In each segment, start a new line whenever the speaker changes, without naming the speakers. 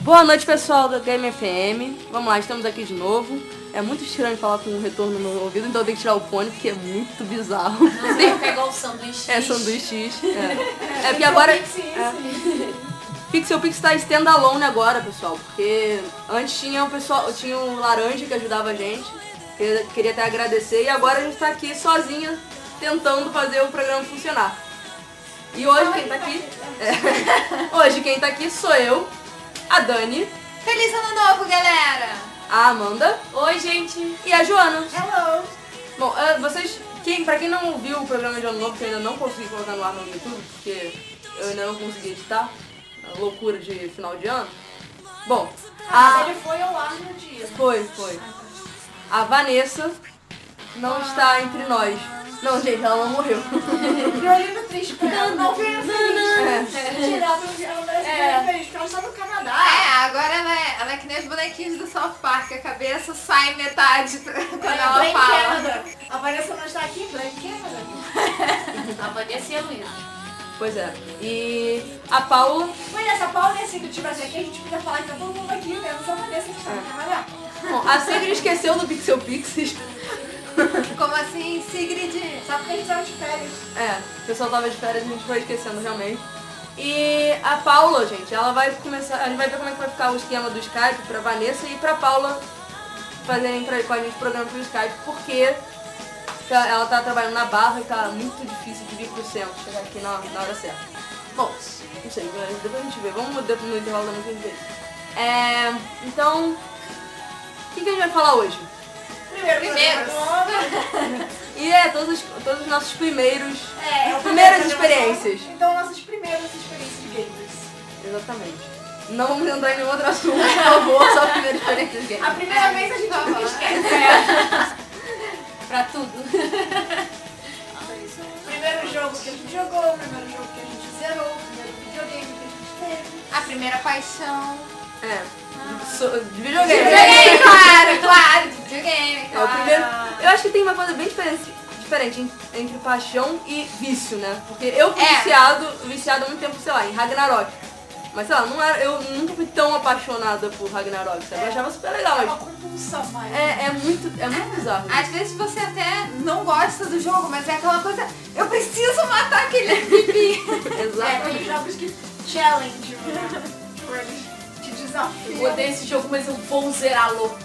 Boa noite, pessoal da Game FM. Vamos lá, estamos aqui de novo. É muito estranho falar com um retorno no ouvido, então eu tenho que tirar o fone, porque é muito bizarro.
Não, tem que pegar o sanduíche.
É sanduíche X. É, é porque agora. Pixel Pix tá standalone agora, pessoal, porque antes tinha o pessoal, tinha o Laranja que ajudava a gente, que- queria até agradecer, e agora a gente tá aqui sozinha tentando fazer o programa funcionar. E hoje quem tá aqui. é, hoje quem tá aqui sou eu, a Dani,
Feliz ano novo, galera!
a Amanda
Oi, gente!
e a Joana.
Hello!
Bom, ah, vocês. Quem, pra quem não ouviu o programa de ano novo, que eu ainda não consegui colocar no ar no YouTube, porque eu ainda não consegui editar, a loucura de final de ano. Bom, a.
Ele foi ao ar no dia.
Foi, foi. A Vanessa não está entre nós. Não, gente, ela não morreu.
Violino triste pra ela. Não, assim. violino feliz. Tirado o violino
É.
feliz, porque ela está no Canadá.
É, agora ela é, ela é que nem os bonequinhos do South Park, a cabeça sai metade quando ela fala.
Branqueada. A Vanessa não está tá aqui, né? branqueada.
A Vanessa e a Luísa.
Pois é. E a Paula.
Vanessa, Paula, assim que eu estivesse aqui, a gente podia falar que tá todo mundo aqui, menos a Vanessa assim, que está no Canadá.
Bom, a Sigrid esqueceu do Pixel Pixies.
Como assim, Sigrid?
Só porque a gente tava de férias.
É, o pessoal tava de férias, a gente foi esquecendo realmente. E a Paula, gente, ela vai começar. A gente vai ver como é que vai ficar o esquema do Skype pra Vanessa e pra Paula fazerem pra, com a gente o programa pelo Skype, porque tá- ela tá trabalhando na barra e tá muito difícil de vir pro centro, chegar aqui na, na hora certa. Bom, não sei, mas depois a gente vê. Vamos mudar no intervalo da música a gente vê. É, então, o que, que a gente vai falar hoje?
Primeiro, né?
Primeiros.
programa do ano.
E é, todos, os- todos os nossos primeiros.
É, é o primeiro
Primeiras
programa do ano.
experiências.
Então, nossas primeiras experiências de games.
Exatamente. Não vamos entrar em nenhum outro assunto, por favor, só a primeira experiência de
A
game.
É,
primeira vez a gente
tá
nunca
falando.
esquece.
Pra tudo.
Primeiro jogo que a gente jogou, primeiro jogo que a gente zerou, primeiro videogame que a gente teve.
A primeira paixão.
É. So- de videogame.
Videogame, claro, claro, de videogame,
É o
claro.
primeiro. Eu acho que tem uma coisa bem diferente, diferente en- entre paixão e vício, né? Porque eu fui
É.
viciado, viciado há muito tempo, sei lá, em Ragnarok. Mas sei lá, não era, eu nunca fui tão apaixonada por Ragnarok, sabe? Eu achava super legal,
É uma
mas
compulsão, mas...
é, é muito, é muito bizarro.
Ah,
Às vezes você até não gosta do jogo, mas é aquela coisa, eu preciso matar aquele MVP.
É,
Exato.
aqueles jogos que challenge, né? Tipo, eles te desafiam.
Eu odeio esse jogo, mas eu vou zerá-lo.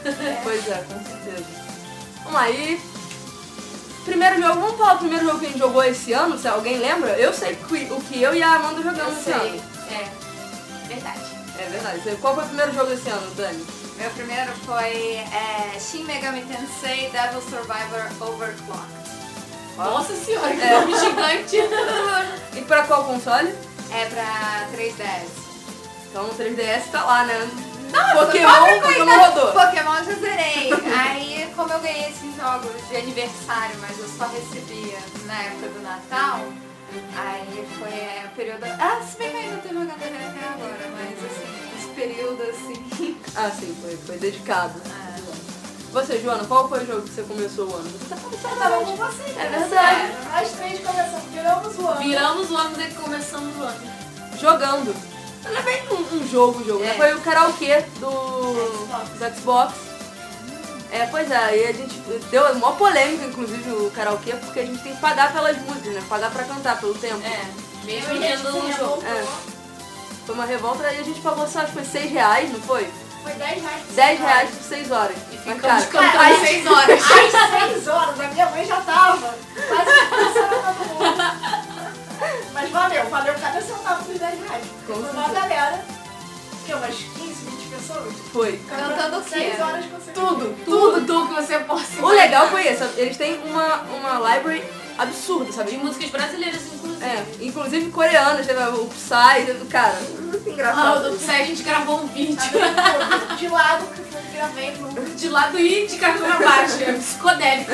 Pois é, com certeza. Vamos aí. Primeiro jogo, vamos falar o primeiro jogo que a gente jogou esse ano, se alguém lembra? Eu sei que- o que eu e a Amanda jogamos esse ano.
É, verdade.
É verdade. Você- Qual foi o primeiro jogo desse ano, Dani?
Meu primeiro foi é, Shin Megami Tensei Devil Survivor Overclocked.
Nossa senhora,
É.
que nome gigante.
E pra qual console?
É pra 3DS.
Então o 3DS tá lá, né?
Nossa, né?
Pokémon, Pokémon rodou.
Pokémon eu já zerei. Aí, como eu ganhei esses jogos de aniversário, mas eu só recebia na época do Natal, aí foi é, o período... Ah, se bem que eu ainda tô jogando ele até agora, mas assim, esse período assim...
Ah, sim, foi, foi dedicado.
ah,
Você, Joana, qual foi o jogo que você começou o ano? Você tá
Eu
começando
tava com vocês.
É verdade.
Nós três começamos, viramos o ano.
Viramos o ano e começamos o ano.
jogando. Não é bem um, um jogo, jogo, né?
É.
Foi o karaokê do
Xbox.
do Xbox. É, pois é, e a gente deu uma polêmica, inclusive, o karaokê, porque a gente tem que pagar pelas músicas, né? Pagar pra cantar pelo tempo.
É,
Eu
mesmo
e a gente
tendo um
se
jogo.
revoltou.
Foi uma revolta e a gente pagou só, acho que foi 6 reais, não foi?
Foi 10 reais.
10 reais por 6 horas.
Tá. E
Mas, cara,
ficamos cantando
às
às
seis horas.
Às 6 horas, a minha mãe já tava. Quase pensando todo mundo. Mas valeu, valeu cada centavo dos 10 reais.
Com
Foi uma
certeza.
galera, que é umas 15, 20 pessoas.
foi.
Cantando o quê?
6 horas consecutivas.
Tudo, tudo.
Tudo, tudo que você possa
O legal foi esse, eles têm uma, uma library absurda,
De
sabe?
músicas brasileiras, inclusive.
É, inclusive coreanos, teve o Psy, teve- cara, muito
Ah,
engraçado.
o do Psy, a gente gravou um vídeo.
Tá Tudo. De lado, que eu gravei no
De lado e de cá pra baixo. É psicodélico.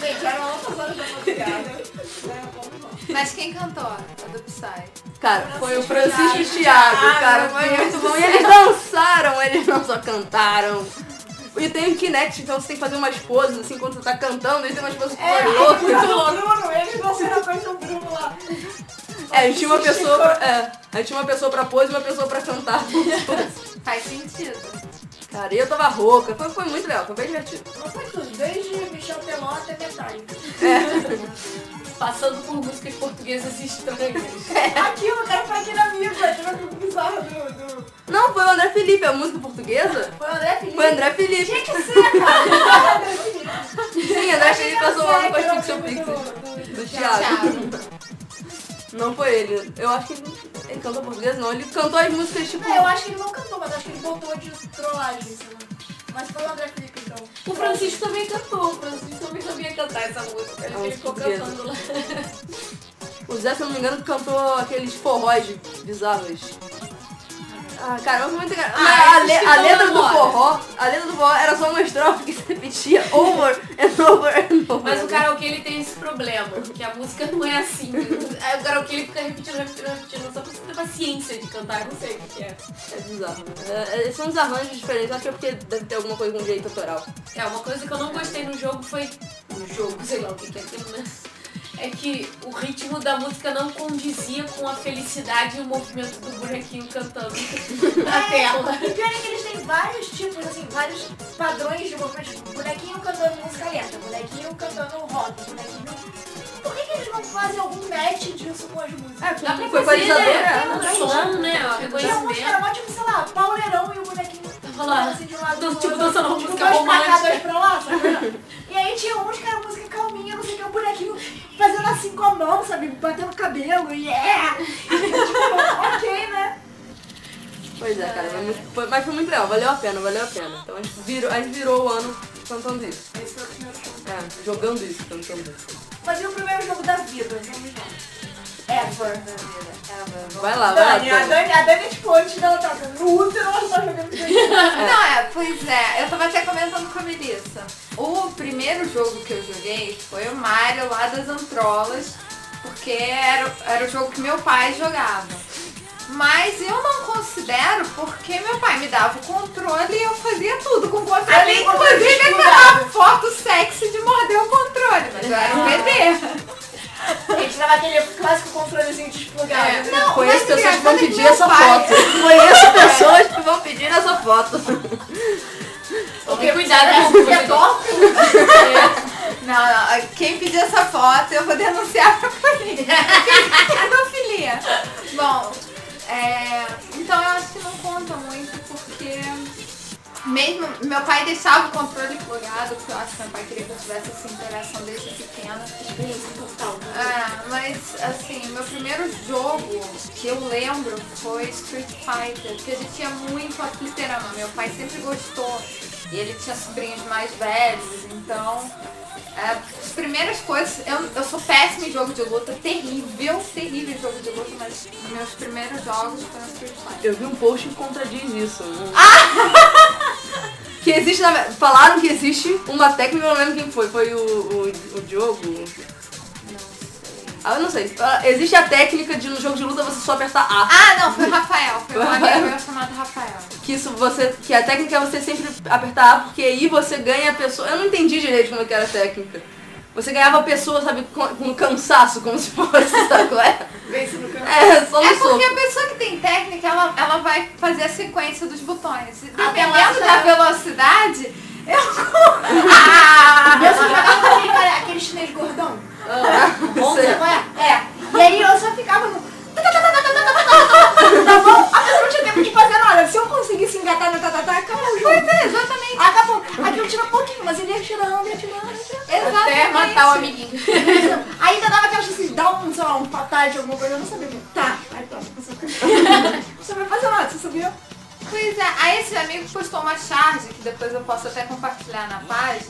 Gente, era outras horas da madrugada. Né, vamos lá.
Mas quem cantou? A do Psy.
Cara, foi o Francisco e
Francisco
o Thiago,
Thiago,
cara, foi
meu
muito
Deus
bom.
do
E eles dançaram, eles não só cantaram. E tem o Kinect, então você tem que fazer umas poses, assim, quando você tá cantando, e tem umas poses
É,
com a outra.
o Bruno, eles vão ser a coisa do Bruno lá.
É, a gente tinha uma pessoa pra, é, a gente tinha uma pessoa pra pôr e uma pessoa pra cantar.
Faz sentido.
Cara, e eu tava rouca. Foi, foi muito legal, foi bem divertido.
Mas foi tudo, desde Michel Teló até Metallica.
Passando por músicas portuguesas estranhas.
Aqui eu quero pra aquele amigo, tipo, que bizarro do... do...
Não, foi o André Felipe, é a música portuguesa.
Foi o André Felipe.
Foi o André Felipe.
Tinha que ser, é, cara. André Felipe.
Sim, André Felipe passou o ano com
é,
as Pixel Pixel.
Pixel.
Do Thiago.
Tchau.
Não foi ele. Eu acho que ele, não- ele cantou português, não. Ele cantou as músicas tipo.
É, eu acho que ele não cantou, mas acho que ele botou de trollagem, sei lá. Mas foi o André Felipe, então.
O Francisco também cantou, o Francisco também sabia cantar essa música.
É
um
uma
Ele ficou
portuguesa.
cantando lá.
O Zé, se eu não me engano, cantou aqueles forróis bizarros. Ah, cara, eu sou muito engraçado. a,
Ah,
le-
esses que
a
estão
letra
na
do
moda.
forró, a letra do forró era só uma estrofe que se repetia over and over and over.
Mas o karaokê ele tem esse problema, que a música não é assim. Aí o karaokê ele fica repetindo, repetindo, repetindo, só pra você ter paciência de cantar, eu não sei o que que é.
É bizarro. É, é, são uns arranjos diferentes, acho que é porque deve ter alguma coisa com direito autoral.
É, uma coisa que eu não gostei no jogo foi. No jogo, sei lá o que que é aquilo, né? É que o ritmo da música não condizia com a felicidade e o movimento do bonequinho cantando Tipo na tela.
O pior é que eles têm vários tipos, assim, vários padrões de movimento. Tipo, bonequinho cantando música lenta, bonequinho cantando rock, bonequinho... Por que, que eles não fazem algum match disso com as músicas?
É,
Dá pra
foi
fazer,
equalizador,
né?
é.
Tem um som, né? ó,
Tinha alguns que
Reconhecimento.
era mó tipo, sei lá, pauleirão e o bonequinho
Tava lá,
assim de um lado
dan-
pro
Tá tipo,
outro,
dançando uma
tipo,
música
dois pra cá,
romântica.
dois pra lá, sabe? E aí tinha uns que era música calminha, não sei o que, o bonequinho fazendo assim com a mão, sabe? Batendo o cabelo, e yeah! tipo, ok, né?
Pois é, cara, mas, muito- foi- mas foi muito legal, valeu a pena, valeu a pena. Então a gente virou, a gente virou o ano cantando isso.
Esse foi o primeiro jogo.
É, jogando isso, cantando isso.
Mas e o primeiro jogo da vida? Vamos lá. Ever.
Vai
Ah,
lá, vai lá.
Dani, a
Dani.
Dani, a Dani, tipo, antes dela tá jogando no útero, ela tá jogando no
Não, é, pois é. Eu tava até comentando com a Melissa. O primeiro jogo que eu joguei foi o Mario lá das Antrolas, porque era, era o jogo que meu pai jogava. Mas eu não considero porque meu pai me dava o controle e eu fazia tudo com o controle.
Aí,
inclusive
controle
aquela foto sexy de morder o controle, mas eu era um bebê.
A gente dava aquele clássico controlezinho desplugado.
É.
né?
Não,
Conheço
mas
pessoas que vão
engraçado é que
pedir
meu
essa
pai-
foto. Conheço pessoas que vão pedir essa foto.
Tomem cuidado com o
Porque é dó,
Não, não, quem pedir essa foto eu vou denunciar pra polícia. Pedofilia. Bom, é, então eu acho que não conta muito porque mesmo meu pai deixava o controle plugado, porque eu acho que meu pai queria que eu tivesse essa interação desde pequena. Ah, mas assim, meu primeiro jogo que eu lembro foi Street Fighter, porque a gente tinha muito fliperama. Meu pai sempre gostou e ele tinha sobrinhos mais velhos, então é, as primeiras coisas. Eu, eu sou péssima em jogo de luta, terrível, terrível em jogo de luta, mas meus primeiros jogos foram Street Fighter.
Eu vi um post que contradiz isso. né? que existe, na... falaram que existe uma técnica, eu não lembro quem foi, foi o, o, o Diogo.
Não sei.
Ah, eu não sei. Ah, Existe a técnica de no jogo de luta você só apertar A.
Ah, não, foi o Rafael, foi um
Rafael.
amigo meu chamado Rafael.
Que isso você. Que a técnica é você sempre apertar A, porque aí você ganha a pessoa. Eu não entendi direito como é que era a técnica. Você ganhava a pessoa, sabe, com, com cansaço, como se fosse, sabe qual é?
Vence no canto.
É, só no
É porque
soco.
a pessoa que tem técnica, ela, ela vai fazer a sequência dos botões. E
Ah,
A
dependendo da
velocidade.
velocidade, eu. Ah!
Eu só jogava aquele, cara, aquele chinês gordão.
Ah, Não sei.
Não é? É. E aí eu só ficava no. Tá bom? A pessoa não tinha tempo de fazer nada. Se eu conseguisse engatar no tatatá, acabou o jogo.
Exatamente.
Acabou. Aquilo tira um pouquinho, mas ele ia tirando, ia tirando, ia tirando.
Até
Exatamente.
matar o amiguinho.
Ainda dava aquela chance de dar um, sei lá, um patate, alguma coisa, eu não sabia. Tá, aí toma. Você vai fazer nada, você subiu?
Pois é, aí esse amigo postou uma charge, que depois eu posso até compartilhar na página,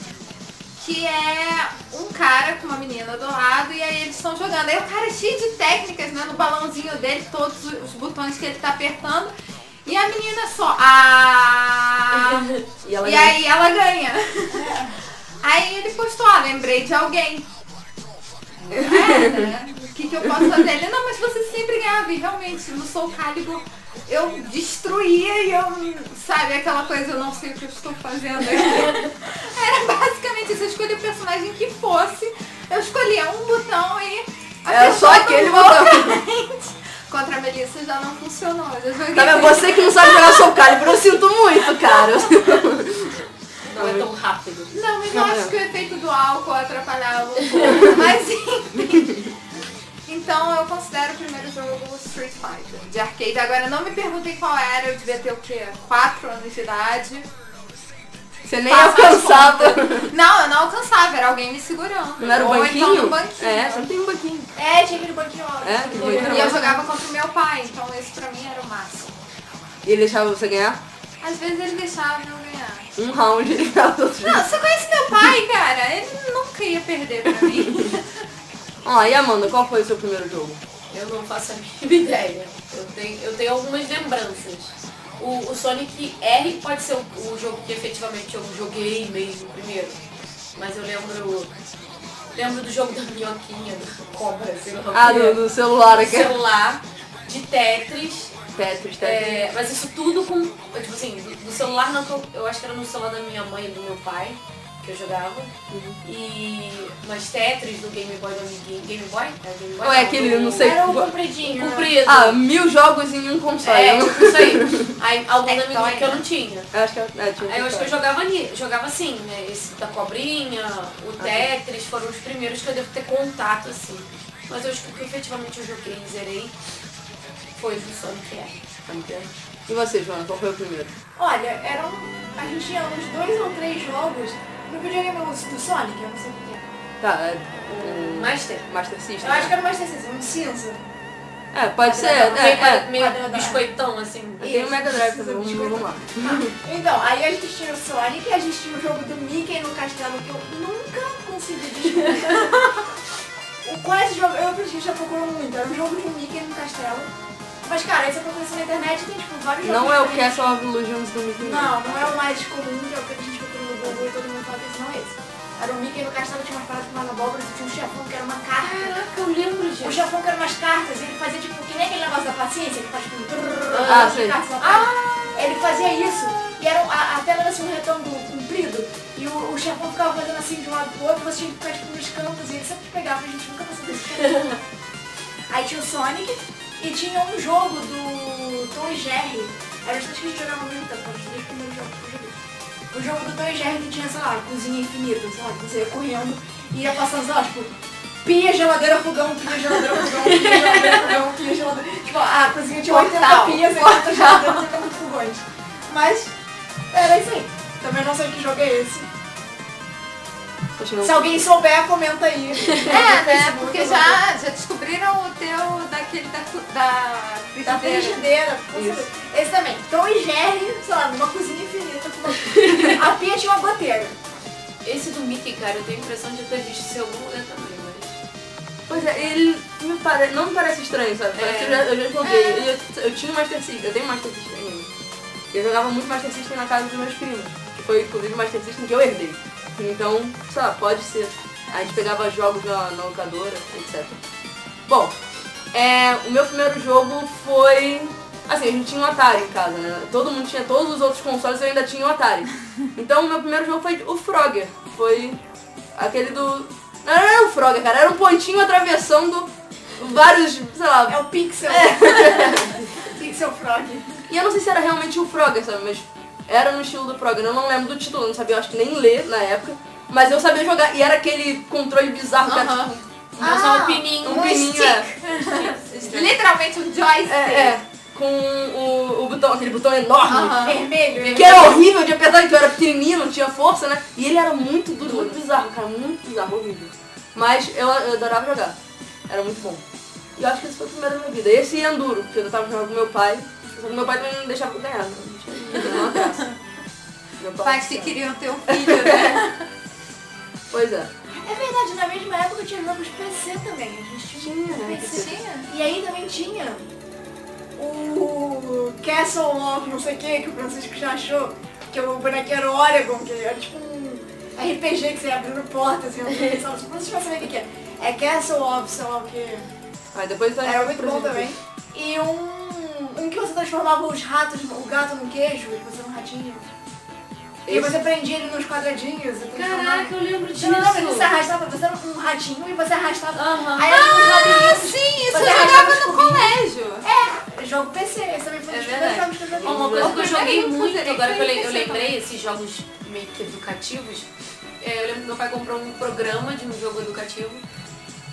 que é um cara com uma menina do lado e aí eles estão jogando. Aí o cara é cheio de técnicas, né? No balãozinho dele, todos os botões que ele tá apertando. E a menina só.
tá
Ah!
E ela É.
e aí ela ganha. Aí ele postou, ah, lembrei de alguém. É, né? O que, que eu posso fazer? Ele, não, mas você sempre ganhava. E realmente, no Soul Calibur, eu destruía e eu, sabe, aquela coisa, eu não sei o que eu estou fazendo aqui. Era basicamente isso, eu escolhi o personagem que fosse, eu escolhia um botão e
Era só aquele botão.
Contra a Melissa já não funcionou. Eu joguei
Tá vendo?
com-
Você que não sabe jogar Soul Calibur, eu sinto muito, cara.
Não é tão rápido.
Não, mas eu
Não,
acho
não.
que o efeito do álcool atrapalhava um pouco. Mas enfim. Então eu considero o primeiro jogo Street Fighter de arcade. Agora não me perguntem qual era, eu devia ter o quê? 4 anos de idade.
Você nem
Passa as
alcançava.
contas. Não, eu não alcançava, era alguém me segurando.
Não era o
Ou
banquinho?
Então, no banquinho.
É, sempre tem um banquinho.
É, tinha aquele banquinho ó.
É, aquele banquinho.
E eu jogava contra o meu pai, então esse pra mim era o máximo.
E ele deixava você ganhar
Às vezes ele deixava eu ganhar.
um round e ganhava os outros.
Não, você conhece meu pai, cara? Ele nunca ia perder pra mim.
Ó, e Amanda, qual foi o seu primeiro jogo?
Eu não faço a mínima ideia. Eu tenho, eu tenho algumas lembranças. O, o Sonic R pode ser o, o jogo que efetivamente eu joguei mesmo primeiro. Mas eu lembro. Lembro do jogo da minhoquinha, da cobra, sei lá. o
Ah,
quê.
do, do celular
Do
aqui.
celular, de Tetris.
Tetris, Tetris.
É, mas isso tudo com. Tipo assim, do, do celular não que eu, eu acho que era no celular da minha mãe e do meu pai que eu jogava.
Uhum.
E. Mas Tetris do Game Boy do amiguinho. Game Boy? É, Game Boy
Ou é
não,
aquele,
do-
não sei.
Era um
bo-
compridinho. né?
Comprido.
Ah, mil jogos em um console.
é,
Eu-
tipo isso aí. Aí algum
Tectoy,
da minha mãe que eu
né?
não tinha.
Eu acho que eu, é, tinha um
Aí eu acho que eu
console.
jogava ali, jogava assim, né? Esse da cobrinha, o
Ah, tá.
Tetris, foram os primeiros que eu devo ter contato, assim. Mas eu acho que o que efetivamente eu joguei e zerei foi do Sonic é. R.
E você, Joana, qual foi o primeiro?
Olha, eram. A gente tinha uns dois ou três jogos no videogame do Sonic, eu não sei o que é.
Tá, é, um
Master.
Master System.
Eu acho que
né?
era mais System, um cinza.
É, pode ser. É,
meio,
é.
meio
quadrado.
biscoitão, assim.
Eu tenho o Mega Drive também, vamos, vamos lá.
Então, aí a gente tinha o Sonic, a gente tinha o jogo do Mickey no castelo que eu nunca consegui descobrir. o qual é esse jogo, eu aprendi, já procurou muito, era um jogo do Mickey no castelo. Mas cara, aí você procura isso na internet tem tipo vários jogos.
Não é o
diferentes.
Castle of Illusions do Mickey Mouse.
Não, não é o mais comum, que é o que a gente procura no Google e todo mundo fala que esse não é esse. Era o Mickey no castelo, tinha umas paradas com umas abóboras e tinha um chefão que era uma carta.
Caraca, eu lembro,
O
gente.
chefão que era umas cartas, ele fazia tipo, que nem aquele negócio da paciência, que faz tipo...
Ah,
Ah,
sei.
ah, ele fazia isso, e era, um- a, a tela era assim, um retângulo comprido, e o, o chefão ficava fazendo assim de um lado pro outro, você tinha que ficar tipo nos cantos, e ele sempre pegava, a gente nunca conseguia escapar. Aí tinha o Sonic, e tinha um jogo do Tom e Jerry, era os dois que a gente jogava ao mesmo tempo, eram os dois primeiros jogos que eu joguei. O jogo do Tom e Jerry que tinha, sei lá, cozinha infinita, sei lá, que você ia correndo, e ia passando, sei lá, tipo, pia, geladeira, fogão, pia, geladeira, fogão, pia, geladeira, fogão, pia, geladeira. Tipo, a cozinha tinha 80
Portal.
pias, 80 geladeiras, 80 fogões. Mas, era isso aí. Também não sei que jogo é esse.
Continua.
Se alguém souber, comenta aí.
É, né? Porque já, já descobriram o teu daquele da, cu- da
Da
frigideira.
frigideira. com
Isso.
certeza. Esse também. Tom e Jerry, sei lá, numa cozinha infinita. com uma- A pia tinha uma goteira.
Esse do Mickey, cara, eu tenho a impressão de eu ter visto isso em algum lugar também, mas...
Pois é, ele me pare... não me parece estranho, sabe? Parece que eu já, eu já joguei. Eu, eu tinha um Master System, eu tenho um Master System ainda. Eu jogava muito Master System na casa dos meus primos, que foi inclusive o Master System que eu herdei. Então, sei lá, pode ser. A gente pegava jogos na, na locadora, etc. Bom, é, o meu primeiro jogo foi. Assim, a gente tinha um Atari em casa, né? Todo mundo tinha todos os outros consoles, eu ainda tinha o Atari. Então, o meu primeiro jogo foi o Frogger. Foi aquele do. Não era o Frogger, cara, era um pontinho atravessando vários, sei lá,
É o Pixel. Pixel Frog.
e eu não sei se era realmente o Frogger, sabe? Mas era no estilo do Frogger. Eu não lembro do título, eu não sabia, eu acho que nem ler na época. Mas eu sabia jogar. E era aquele controle bizarro que era
Aham.
tipo
Não só um pininho.
um pininho. É,
Literalmente um joystick.
é, é. Com o, o botão, aquele botão enorme.
Aham.
Vermelho.
Ah. Que é era horrível, de apesar de que eu era pequenininho, não tinha força, né? E ele era muito duro, muito bizarro, cara, muito bizarro, horrível. Mas eu, eu adorava jogar, era muito bom. E eu acho que esse foi o primeiro da minha vida. Esse e Enduro, porque eu tava jogando com meu pai, só que meu pai também não deixava eu ganhar, né? Não tinha nenhuma graça. Meu
Pais que queriam ter um filho, né?
Pois é.
É verdade, na mesma época tinha jogos PC também. A gente tinha
Tinha, né?
PC. E aí também tinha o Castle of não sei o que, que o Francisco já achou, que é o bonequinho era o Oregon, que era tipo um RPG que você ia abrindo portas e
É.
assim, sabe? Tipo, vocês vão saber o que que é. É Castle of, sei lá o que.
Aí depois eu
É,
Era muito bom também. E um, um que você transformava os ratos, o gato num queijo, e você era um ratinho. E você prendia ele nos quadradinhos. e transformava-
Caraca, eu lembro disso.
Você não lembra que
tá
você arrastava, você era um ratinho e você arrastava.
Aham. Ah,
Aí era um labirinto.
Sim, isso
Você
eu
arrastava
jogava
os
no
cubinhos.
colégio.
Jogo PC, esse também foi um
É
dos primeiros
verdade.
jogos que eu joguei.
Uma coisa que eu
Eu também
joguei
não
muito,
fazia,
agora que eu,
foi
le- eu
isso,
lembrei, esses jogos meio que educativos, é, eu lembro que meu pai comprou um programa de um jogo educativo,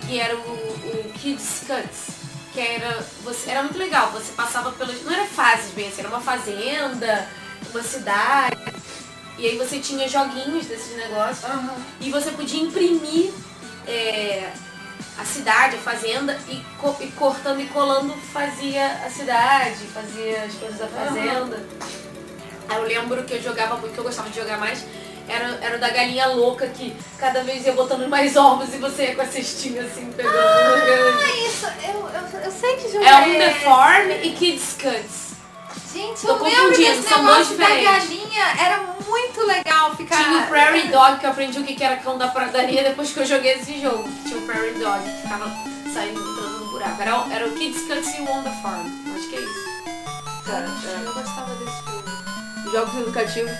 que era o, o Kids Cuts, que era, você, era muito legal, você passava pelas, não era fases bem assim, era uma fazenda, uma cidade, e aí você tinha joguinhos desses negócios, e você podia imprimir é, a cidade, a fazenda, e, co- e cortando e colando fazia a cidade, fazia as coisas da fazenda. Aí eu lembro que eu jogava muito, que eu gostava de jogar mais, era, era o da galinha louca que cada vez ia botando mais ovos e você ia com a cestinha assim, pegando. jogando.
É Isso, eu, eu, eu sei que jogo
é um The
esse.
Farm e Kids Cuts.
Gente,
Tô
eu lembro
confundindo,
desse
são
negócio
dois
da
diferentes.
galinha. Era muito legal ficar... É,
Tinha o Prairie Dog, que eu aprendi o que que era cão da pradaria depois que eu joguei esse jogo. Tinha o Prairie Dog, que ficava saindo, entrando no buraco. Era, o- era o Kids Cuts e o On the Farm. Acho que é isso.
Cara,
é.
Eu gostava desse jogo.
é, jogos educativos.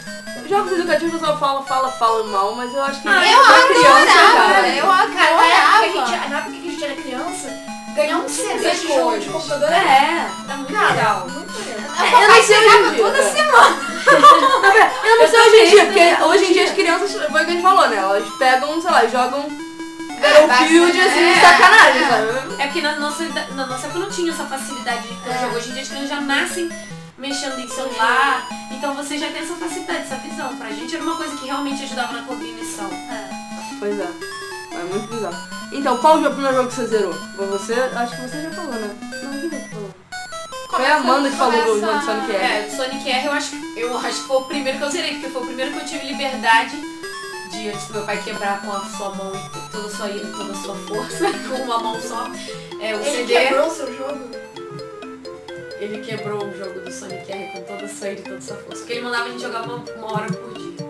Jogos educativos eu só falo, fala, fala mal, mas eu acho que.
Ah,
pra
é
Eu
Tá,
adorava, é.
cara,
né?
eu
é
Cara, na época, que a
adorava.
gente, na época que a gente era criança, ganhar um CD de
Essas
jogo de
coisas.
computador era
É, tá muito legal.
Eu
É,
não sei hoje em dia.
toda
Eu não sei hoje em dia,
também,
porque hoje em dia as crianças, foi o que a gente falou, né? Elas pegam, sei lá, jogam Battlefield
bastante-
assim,
é,
de sacanagem, sabe?
É porque na nossa, ida- na nossa época não tinha essa facilidade de ter um jogo. Hoje em dia as crianças já nascem mexendo em celular. Então você já tem essa facilidade, essa visão. Pra gente era uma coisa que realmente ajudava na cognição.
Pois é. É muito bizarro. Então, qual foi o primeiro jogo que você zerou? Bom, Você, acho que você já falou, né? Não, ninguém que falou. Foi a Amanda que falou do jogo de
Ah.
Sonic R.
É, do Sonic R eu acho, que- eu acho que foi o primeiro que eu zerei, porque foi o primeiro que eu tive liberdade de antes do meu pai quebrar com a sua mão e toda a sua ira, toda a sua força, com uma mão só. É, o
Ele
CD.
quebrou o seu jogo?
Ele quebrou o jogo do Sonic R com toda a sua ira e toda a sua força. Porque ele mandava a gente jogar uma, uma hora por dia.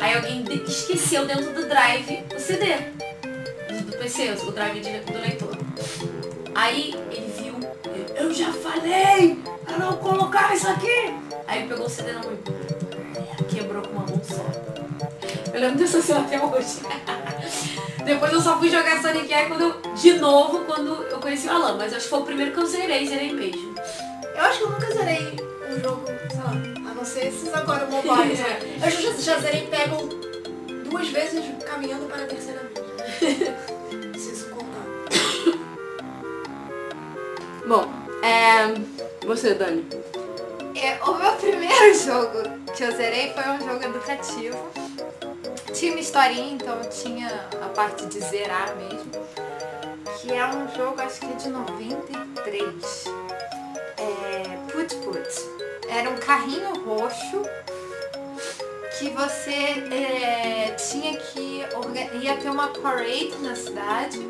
Aí alguém de- esqueceu dentro do drive o CD. Do, do PC, o drive de- do leitor. Aí ele viu, ele, eu já falei pra não colocar isso aqui. Aí ele pegou o CD na mão e quebrou com uma mão só. Eu lembro dessa cena até hoje. Depois eu só fui jogar Sonic R quando eu, de novo quando eu conheci o Alan, mas acho que foi o primeiro que eu zerei, zerei mesmo.
Eu acho que eu nunca zerei um jogo, sei lá, a não ser esses agora mobile. sabe? Eu já, já, já zerei Peggle duas vezes caminhando para a terceira vez. Preciso contar.
Bom, é. Você, Dani.
É, o meu primeiro jogo que eu zerei foi um jogo educativo. Tinha uma historinha, então tinha a parte de zerar mesmo. Que é um jogo, acho que é de 93. É, put Put. Era um carrinho roxo que você é, tinha que... orga- Ia ter uma parade na cidade.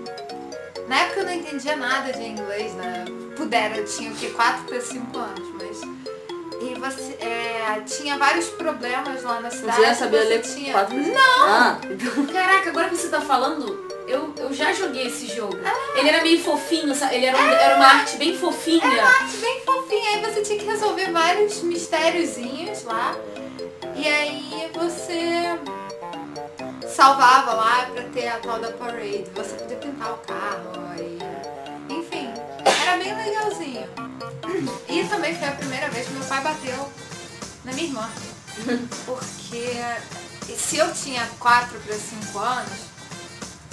Na época eu não entendia nada de inglês, né? Pudera, eu tinha o quê? 4 para 5 anos, mas... E você é, tinha vários problemas lá na cidade.
Você já sabia
você
ler
tinha...
quatro Não! Ah,
Caraca, agora que você tá falando, eu, eu já joguei esse jogo. Ele era meio fofinho, sabe? ele era, um- era uma arte bem fofinha.
bem fofinha, aí você tinha que resolver vários mistériozinhos lá. E aí você salvava lá pra ter a tal da parade. Você podia pintar o carro aí. Enfim, era bem legalzinho. E também foi a primeira vez que meu pai bateu na minha irmã. Porque se eu tinha 4 para 5 anos,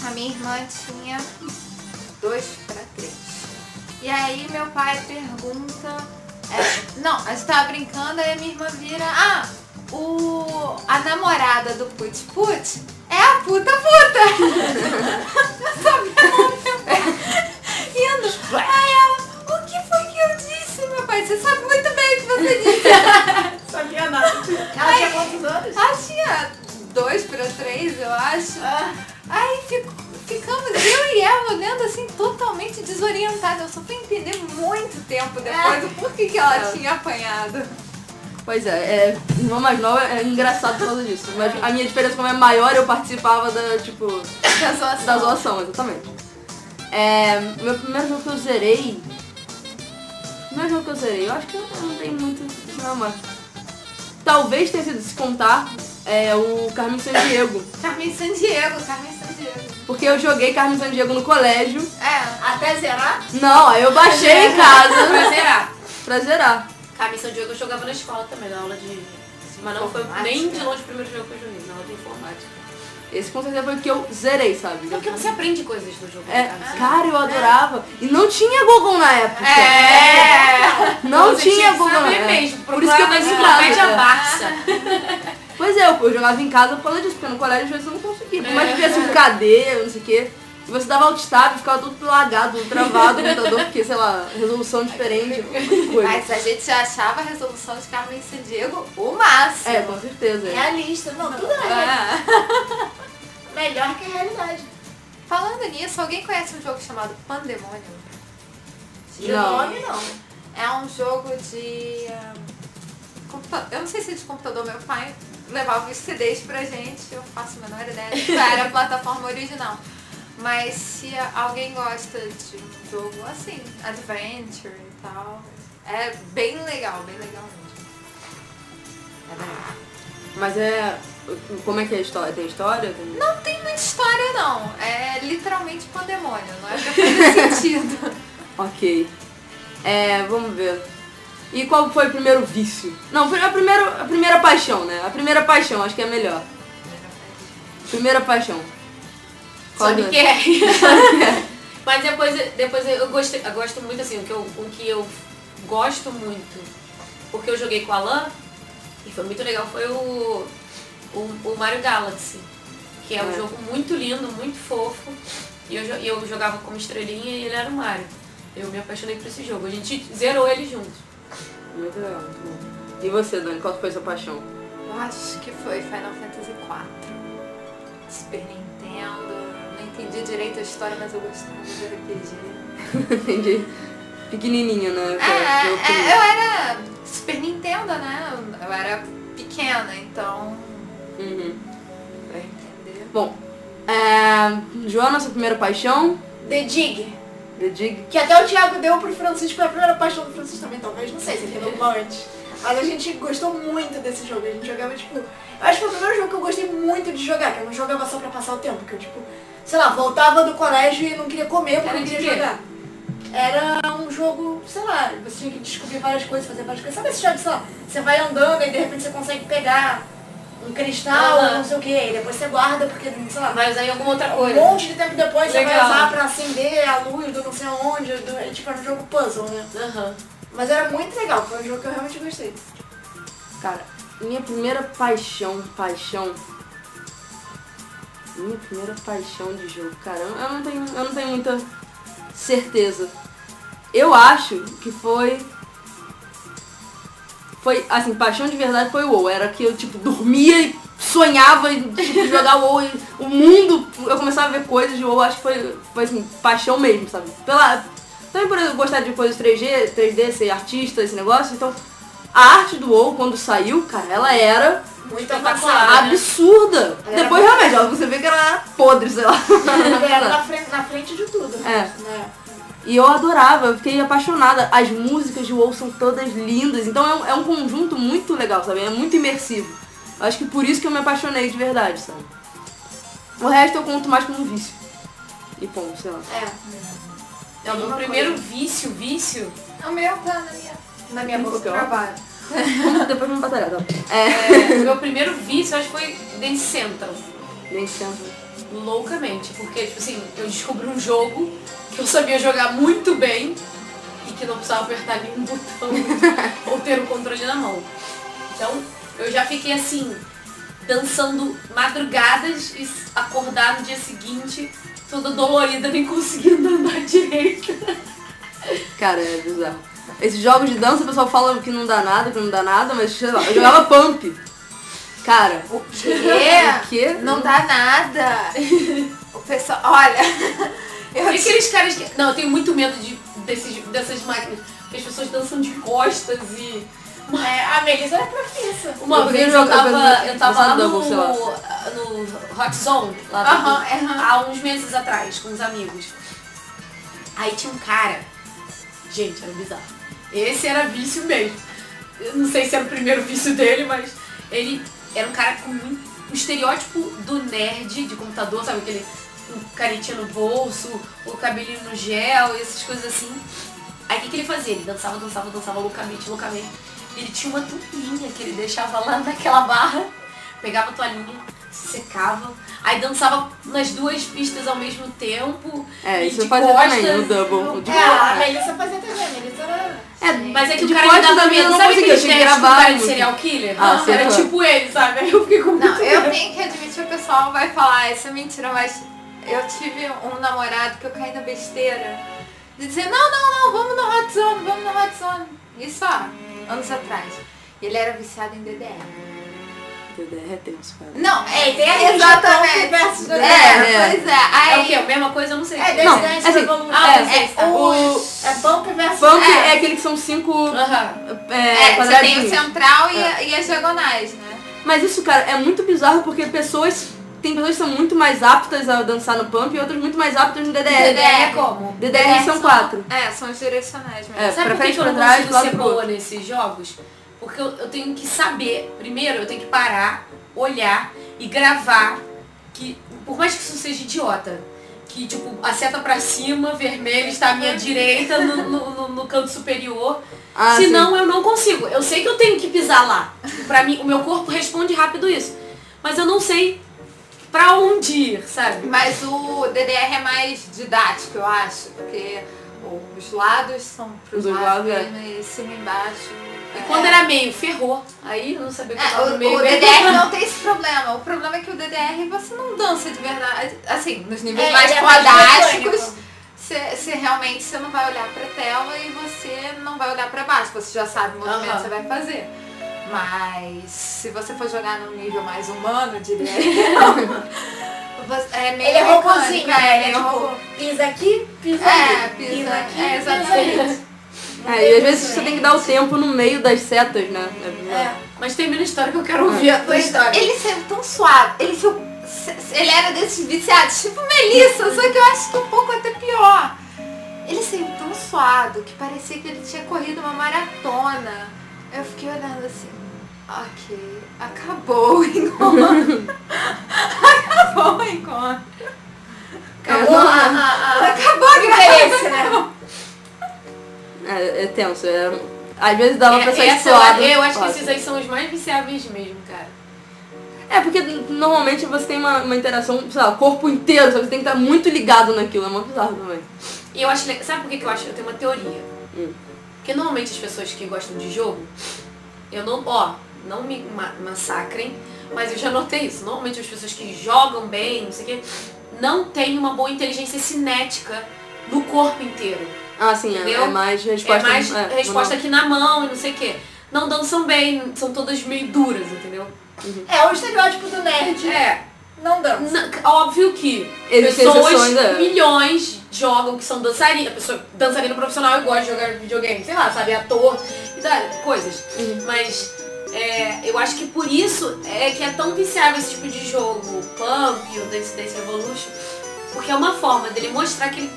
a minha irmã tinha 2 para 3. E aí meu pai pergunta. é, não, a gente tava brincando, aí a minha irmã vira. Ah, o, a namorada do Put Put é a puta puta! Eu sabia o nome. Indo. Aí ela, o que foi que eu disse, meu pai? Você sabe muito bem o que você disse.
Sabia nada. Ela tinha quantos anos?
Ela Ah, tinha dois pra três, eu acho. Aí fico- ficamos eu e ela olhando assim, totalmente desorientada. Eu só fui entender muito tempo depois o porquê que ela tinha apanhado.
pois é, é, irmã mais nova é engraçado por causa disso. Mas a minha diferença como é maior, eu participava da, tipo,
Da zoação.
da zoação, exatamente. É, meu primeiro jogo que eu zerei. Primeiro jogo que eu zerei, eu acho que eu não tenho muito. Não, mas. Talvez tenha sido se contar
é, o Carmen Sandiego.
Carmen Sandiego, Carmen Sandiego.
Porque eu joguei Carmen Sandiego no colégio.
É,
Até zerar?
Não, aí eu baixei em casa
Pra zerar.
pra zerar.
Carmen San Diego eu jogava na escola também, na aula de. Mas não foi nem de longe o primeiro jogo que eu joguei, na aula de informática.
Esse com certeza foi o que eu zerei, sabe?
É porque você aprende coisas no jogo. né,
É,
cara.
cara, eu adorava. E não tinha Google na época. Não
É. Então, Você
tinha
que
Google na
saber
época.
mesmo.
Por isso que eu
procurava
fazia em
na enciclopédia
casa.
Barça.
Pois é, eu, eu jogava em casa por causa disso, porque no colégio às vezes eu não conseguia. Por mais que tivesse um KD, eu não sei o quê. E você dava alt tab, ficava tudo lagado, tudo travado o computador, porque, sei lá, resolução diferente, alguma coisa.
mas a gente já achava a resolução de Carmen Sandiego o máximo.
É, com certeza. é.
Realista. Não, tudo é
Ah.
melhor que a realidade.
Falando nisso, alguém conhece um jogo chamado Pandemônio?
De
Não.
nome, não.
É um jogo de. ah, computa- Eu não sei se é de computador, meu pai levava os CDs pra gente, eu faço a menor ideia de qual era a plataforma original. Mas se alguém gosta de um jogo assim, adventure e tal, é bem legal, bem legal mesmo. É legal.
Mas é. Como é que é a história? Tem história? Tem-
Não tem muita história não, é literalmente pandemônio, não é pra fazer sentido.
Ok. É, vamos ver. E qual foi o primeiro vício? Não, foi a primeira, a primeira paixão, né? A primeira paixão, acho que é a melhor. Primeira paixão. Qual
Sonic
que é?
R. Mas depois, depois eu, gostei, eu gosto muito assim, o que, eu, o que eu gosto muito, porque eu joguei com a Alan e foi muito legal, foi o, o, o Mario Galaxy, que é, um
É.
jogo muito lindo, muito fofo. E eu, jo- e eu jogava como estrelinha e ele era o Mario. Eu me apaixonei por esse jogo. A gente zerou ele juntos.
Muito legal, muito bom. E você, Dani, qual foi a sua paixão?
Eu acho que foi Final Fantasy IV. Super Nintendo. Não entendi direito a história, mas eu gostava de RPG.
Entendi. Pequenininha, né?
É,
cara? Eu fui-
é, eu era Super Nintendo, né? Eu era pequena, então.
Uhum.
Pra entender.
Bom, é... Joana, sua primeira paixão?
The Dig.
The Dig.
Que até o Thiago deu pro Francisco, foi a primeira paixão do Francisco também, talvez, não sei se ele renovou antes. Mas a gente gostou muito desse jogo, a gente jogava, tipo... Eu acho que foi o primeiro jogo que eu gostei muito de jogar, que eu não jogava só pra passar o tempo, que eu, tipo, sei lá, voltava do colégio e não queria comer porque
Era
não
de
queria
quê?
jogar. Era um jogo, sei lá, você tinha que descobrir várias coisas, fazer várias coisas. Sabe esse jogo, sei lá, você vai andando e de repente você consegue pegar um cristal,
Aham.
não sei o que, e depois você guarda porque, sei lá,
Vai usar em alguma outra
um
coisa.
monte de tempo depois você vai
Legal.
usar pra acender a luz do não sei onde, do, é, tipo, era um jogo puzzle, né?
Aham.
Mas era muito legal, foi um jogo que eu realmente gostei.
Cara, minha primeira paixão, paixão. Minha primeira paixão de jogo, cara, eu eu não tenho, eu não tenho muita certeza. Eu acho que foi. Foi, assim, paixão de verdade foi o WoW. Era que eu, tipo, dormia e sonhava e tipo, jogar WoW e o mundo. Eu começava a ver coisas de WoW, acho que foi, foi assim, paixão mesmo, sabe? Pela, também por eu gostar de coisas 3G, 3D, ser artista, esse negócio. Então, a arte do WoW, quando saiu, cara, ela era
Muito
Espetacular.
avançado.
Ah, né?
absurda.
Ela É. era
Depois, realmente, ó, você vê que ela era podre, sei lá.
Era É, na frente, na frente de tudo.
É.
Né?
E eu adorava, eu fiquei apaixonada. As músicas de WoW são todas lindas, então é um, é um conjunto muito legal, sabe? É muito imersivo. Acho que por isso que eu me apaixonei de verdade, sabe? O resto eu conto mais como vício. E ponto, sei lá.
É o meu primeiro vício, vício.
O meu tá na minha, na minha bolsa de
Legal.
trabalho.
Vamos- Depois vamos batalhar, tá? É,
É, o meu primeiro vício, acho que foi Dance Central.
nem sempre.
loucamente, porque tipo assim, eu descobri um jogo que eu sabia jogar muito bem e que não precisava apertar nenhum botão ou ter o controle na mão. Então eu já fiquei assim, dançando madrugadas e s- acordar no dia seguinte, toda dolorida, nem conseguindo andar direito.
Cara, é bizarro. Esses jogos de dança, o pessoal fala que não dá nada, que não dá nada, mas sei lá, eu jogava pump. Cara, o
É.
quê?
Não dá nada. O pessoal, olha.
E
Eu te...
aqueles caras que. Não, eu tenho muito medo de, desses, dessas máquinas, porque as pessoas dançam de costas e.
É, a Melissa era profissa.
Uma
Eu
vez
vi
eu
jogar
tava,
pelo-
eu tava lá
pelo
no,
Double, sei lá.
no Hot Zone, lá do-
Aham, aham.
há uns meses atrás, com os amigos. Aí tinha um cara. Gente, era bizarro. Esse era vício mesmo. Eu não sei se era o primeiro vício dele, mas ele era um cara com um um estereótipo do nerd de computador, sabe? Aquele um caretinha no bolso, o cabelinho no gel, e essas coisas assim. Aí o que, que ele fazia? Ele dançava, dançava, dançava loucamente, loucamente. Ele tinha uma toalhinha que ele deixava lá naquela barra, pegava a toalhinha, se secava, aí dançava nas duas pistas ao mesmo tempo.
É,
e
isso
de
eu fazia também,
costas.
o double. O de
É, a
costas.
Melissa fazia também, a Melissa era...
É,
Mas é que
De
o cara me
costas
dava
também eu
medo.
não
Sabe
conseguia,
aquele
tinha que
nerd
gravar
cara de
muito.
serial killer?
Ah, sei
era
lá.
tipo ele, sabe? Aí eu fiquei com
Não, eu tenho que admitir, o pessoal vai falar essa mentira, mas eu tive um namorado que eu caí na besteira de dizer, não, não, não, vamos no hot zone, vamos no hot zone. Isso, ó, anos atrás. E Ele era viciado em DDR.
DDR é tenso, cara.
Não, é,
DDR
exatamente.
versus
É,
DDR.
É.
pois é.
É o
Aí,
quê? A mesma coisa? Eu não sei.
É,
Não,
Desidente
assim,
Ah,
é,
vocês, tá.
O
É Bump versus...
assim,
funk
É.
é. aquele que são cinco
Aham.
é,
é, você tem o
quadradinhos.
central e, a- e as diagonais, né?
um-
Mas isso, cara, é muito bizarro porque pessoas. Tem pessoas que são muito mais aptas a dançar no pump e outras muito mais aptas no DDR.
DDR.
É como?
DDR são quatro.
É, são os direcionais mesmo.
É, pra
Sabe por que
frente,
que eu
pra
não
trás,
consigo
lado
ser
pro
boa
outro.
nesses jogos? Porque eu, eu tenho que saber, primeiro eu tenho que parar, olhar e gravar que, por mais que isso seja idiota, que tipo, a seta pra cima, vermelho, está à minha direita, no, no, no- no canto superior.
Ah, sim.
Senão eu não consigo. Eu sei que eu tenho que pisar lá. Pra mim, o meu corpo responde rápido isso. Mas eu não sei pra onde ir, sabe?
Mas o DDR é mais didático, eu acho, porque os lados são pros
Dos
lados
lados, é.
mesmo, e cima e embaixo.
E
é.
quando era meio, ferrou. Aí eu não sabia o que eu
É,
tava
o,
no meio.
o
mesmo.
DDR não tem esse problema. O problema é que o DDR você não dança de verdade. Assim, nos níveis
É,
mais
ele é mais
fodásticos,
mecânico.
você você realmente você não vai olhar pra tela e você não vai olhar pra baixo. Você já sabe o movimento
Aham.
que você vai fazer. Mas se você for jogar num nível mais humano, diria eu, você- é meio
Ele é
mecânico,
robôzinho,
é,
né? Ele é robô. Pisa aqui, pisa
É,
ali.
pisa,
aqui,
é,
pisa
exatamente.
ali.
É, e às vezes você tem que dar o tempo no meio das setas, né?
É.
Mas termina a história que eu quero ouvir a tua
é.
história.
Ele saiu tão suave. Ele, saiu- se- se- ele era desses viciados, tipo Melissa, só que eu acho que um pouco até pior. Ele saiu tão suado que parecia que ele tinha corrido uma maratona. Eu fiquei olhando assim, ok, acabou o encontro. acabou o encontro.
Acabou a,
Ah,
a, a...
Acabou a
interesse, né?
É, é tenso. É... Às vezes dava pra sair
É, essa eu-
suado.
Eu acho que
fácil.
esses aí são os mais viciáveis mesmo, cara.
É, porque normalmente você tem uma, uma interação, sei lá, o corpo inteiro, sabe? Você tem que estar muito ligado naquilo, é muito bizarro também.
E eu acho. le- Sabe por que que eu acho? Eu tenho uma teoria.
Hum.
Porque normalmente as pessoas que gostam de jogo, eu não. Ó, não me ma- massacrem, mas eu já notei isso. Normalmente as pessoas que jogam bem, não sei o quê, não têm uma boa inteligência cinética no corpo inteiro.
Ah, sim, é,
Entendeu?
é mais resposta.
é mais
é,
resposta aqui na mão e não sei o quê. Não dançam bem, são todas meio duras, entendeu?
É, o estereótipo do nerd
É,
não dança.
Na- óbvio que
Existem
pessoas,
exceções, é.
milhões jogam que são dançarinas, pessoa dançarina profissional e gosta de jogar videogame, sei lá, sabe, ator e tal, coisas.
Uhum.
Mas é, eu acho que por isso é que é tão viciável esse tipo de jogo, o Pump, o Dance Dance Revolution, porque é uma forma dele mostrar que ele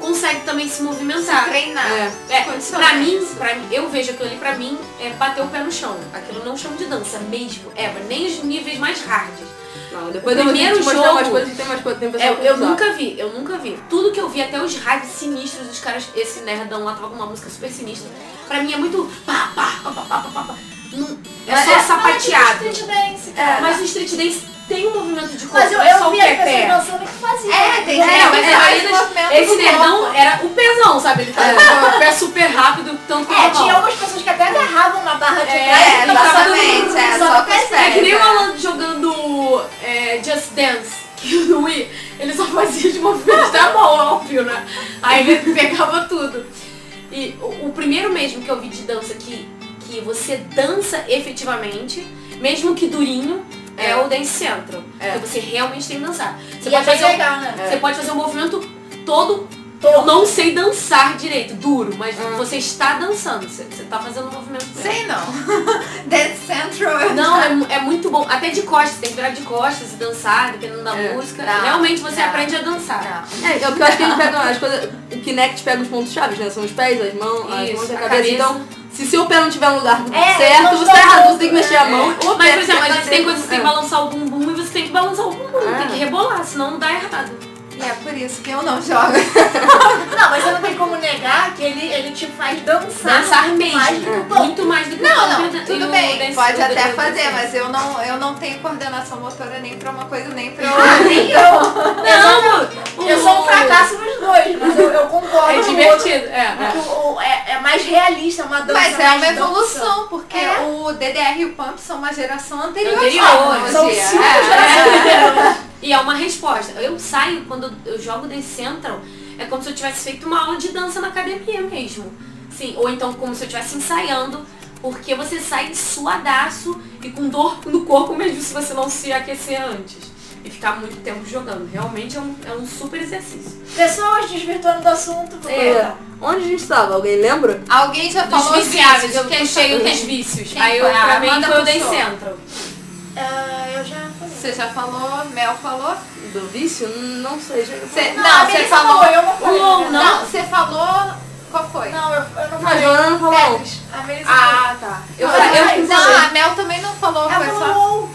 consegue também se movimentar.
Treinar.
É.
Tá. É,
Condicionar
pra mim,
isso.
pra mim, eu vejo aquilo ali, pra mim, é bater o pé no chão. Aquilo não chama de dança mesmo, é, nem os níveis mais hard.
Não, depois
O
eu vou te
primeiro
mostrar
jogo-
umas coisas que tem mais coisas. Tem
É,
pessoal
eu,
que usa.
nunca vi, eu nunca vi. Tudo que eu vi, até os rádios sinistros dos caras, esse nerdão lá tava com uma música super sinistra. Pra mim é muito pá, pá, pá, pá, pá, pá, pá, pá. Não- é só sapateado. É,
Mas, tipo, street dance, cara.
Mas o street dance tem um movimento de corpo,
Mas eu,
não é só
eu
o
vi as pessoas
pé-pé.
dançando que fazia. Né?
É, tem-
Não,
É, mas
É,
a
um
maioria
vários
das-
movimentos
esse
do
nerdão era o pezão, sabe? Ele tava com o pé super rápido, tanto
É,
quanto a
tinha
mão.
algumas pessoas que até agarravam uma barra de
É,
trás e dançavam
exatamente,
tudo,
é,
só
só
com
com as
as
É que nem o
É, cara.
Alan jogando é, Just Dance, que no Wii, ele só fazia de movimentos da mão, óbvio, né? Aí ele pegava tudo. E o, o primeiro mesmo que eu vi de dança que, que você dança efetivamente, mesmo que durinho, é, o Dance Central. Porque você realmente tem que dançar. Você,
E é
pode
bem
fazer, um-
legal, né?
você pode fazer um movimento todo.
Todo.
Eu não sei dançar direito, duro, mas você está dançando, você, você tá fazendo um movimento. mesmo.
Sei não. Dance Central eu
Não, é, mu- é muito bom. Até de costas, tem que virar de costas e dançar, dependendo da
É.
música.
Não,
Realmente você
não,
aprende a dançar.
não.
É, é porque eu acho que eles pegam as coisas. O Kinect pega os pontos chaves, né? São os pés, as mãos, as
Isso,
mãos e a
a
cabeça.
cabeça.
Então, se seu pé não tiver no lugar
É,
certo,
mas
você tá
não,
errado. Você tem tem que mexer a mão ou é
É. Mas, por
aperta
exemplo, a
pra
gente tem assim, coisas que tem que
dentro.
balançar o bumbum e você tem que balançar o bumbum,
Ah.
tem que rebolar, senão dá errado.
E é por isso que eu não jogo.
Não, mas você não tem como negar que ele, ele te faz dançar. é
Dançar mesmo, Ah.
mais do que o bom.
muito mais do que o
Não,
bom.
não,
E
tudo
o
bem,
dance-
pode
o
até
dance-
fazer, mas eu não, eu não tenho coordenação motora nem pra uma coisa nem pra
Ah,
outra.
é
nem eu.
Não, o-
Eu sou um fracasso nos dois, mas eu, eu concordo.
É
com o
divertido, é.
outro, que o- o- é, é mais realista, uma dança
Mas é
mais
uma
dança.
evolução, porque
É.
o DDR e o Pump são uma geração anterior.
Anterior, né?
à
São
tecnologia.
cinco
É.
gerações.
E é uma resposta. Eu saio, quando eu jogo Dance Central, é como se eu tivesse feito uma aula de dança na academia mesmo. Sim, ou então como se eu estivesse ensaiando, porque você sai suadaço e com dor no corpo mesmo se você não se aquecer antes. E ficar muito tempo jogando. Realmente é um, é um super exercício.
Pessoas desvirtuando do assunto. tá. vou
É.
colocar.
Onde a gente estava? Alguém lembra?
Alguém já
Dos
falou assim,
viciáveis,
disso,
eu puxei o dos vícios.
Quem
Aí eu,
foi?
pra
Ah,
mim
Amanda
foi o Dance
puxou.
Central.
Ah, eu já falei.
Você já falou, Mel falou?
Do vício? Não sei. já que eu
Você-
falei.
não,
a
você
Ah, Melissa
falou.
eu não falei.
Ou
né?
não.
Não, você falou. Qual foi?
Não, eu, eu não
Ah, a
falei.
Joana não falou.
Tetris. A Melissa falou.
tá.
Eu,
Ah,
falei- eu,
mas-
eu,
Não, a Mel também não falou,
Ela
foi
falou
só.
"Uou".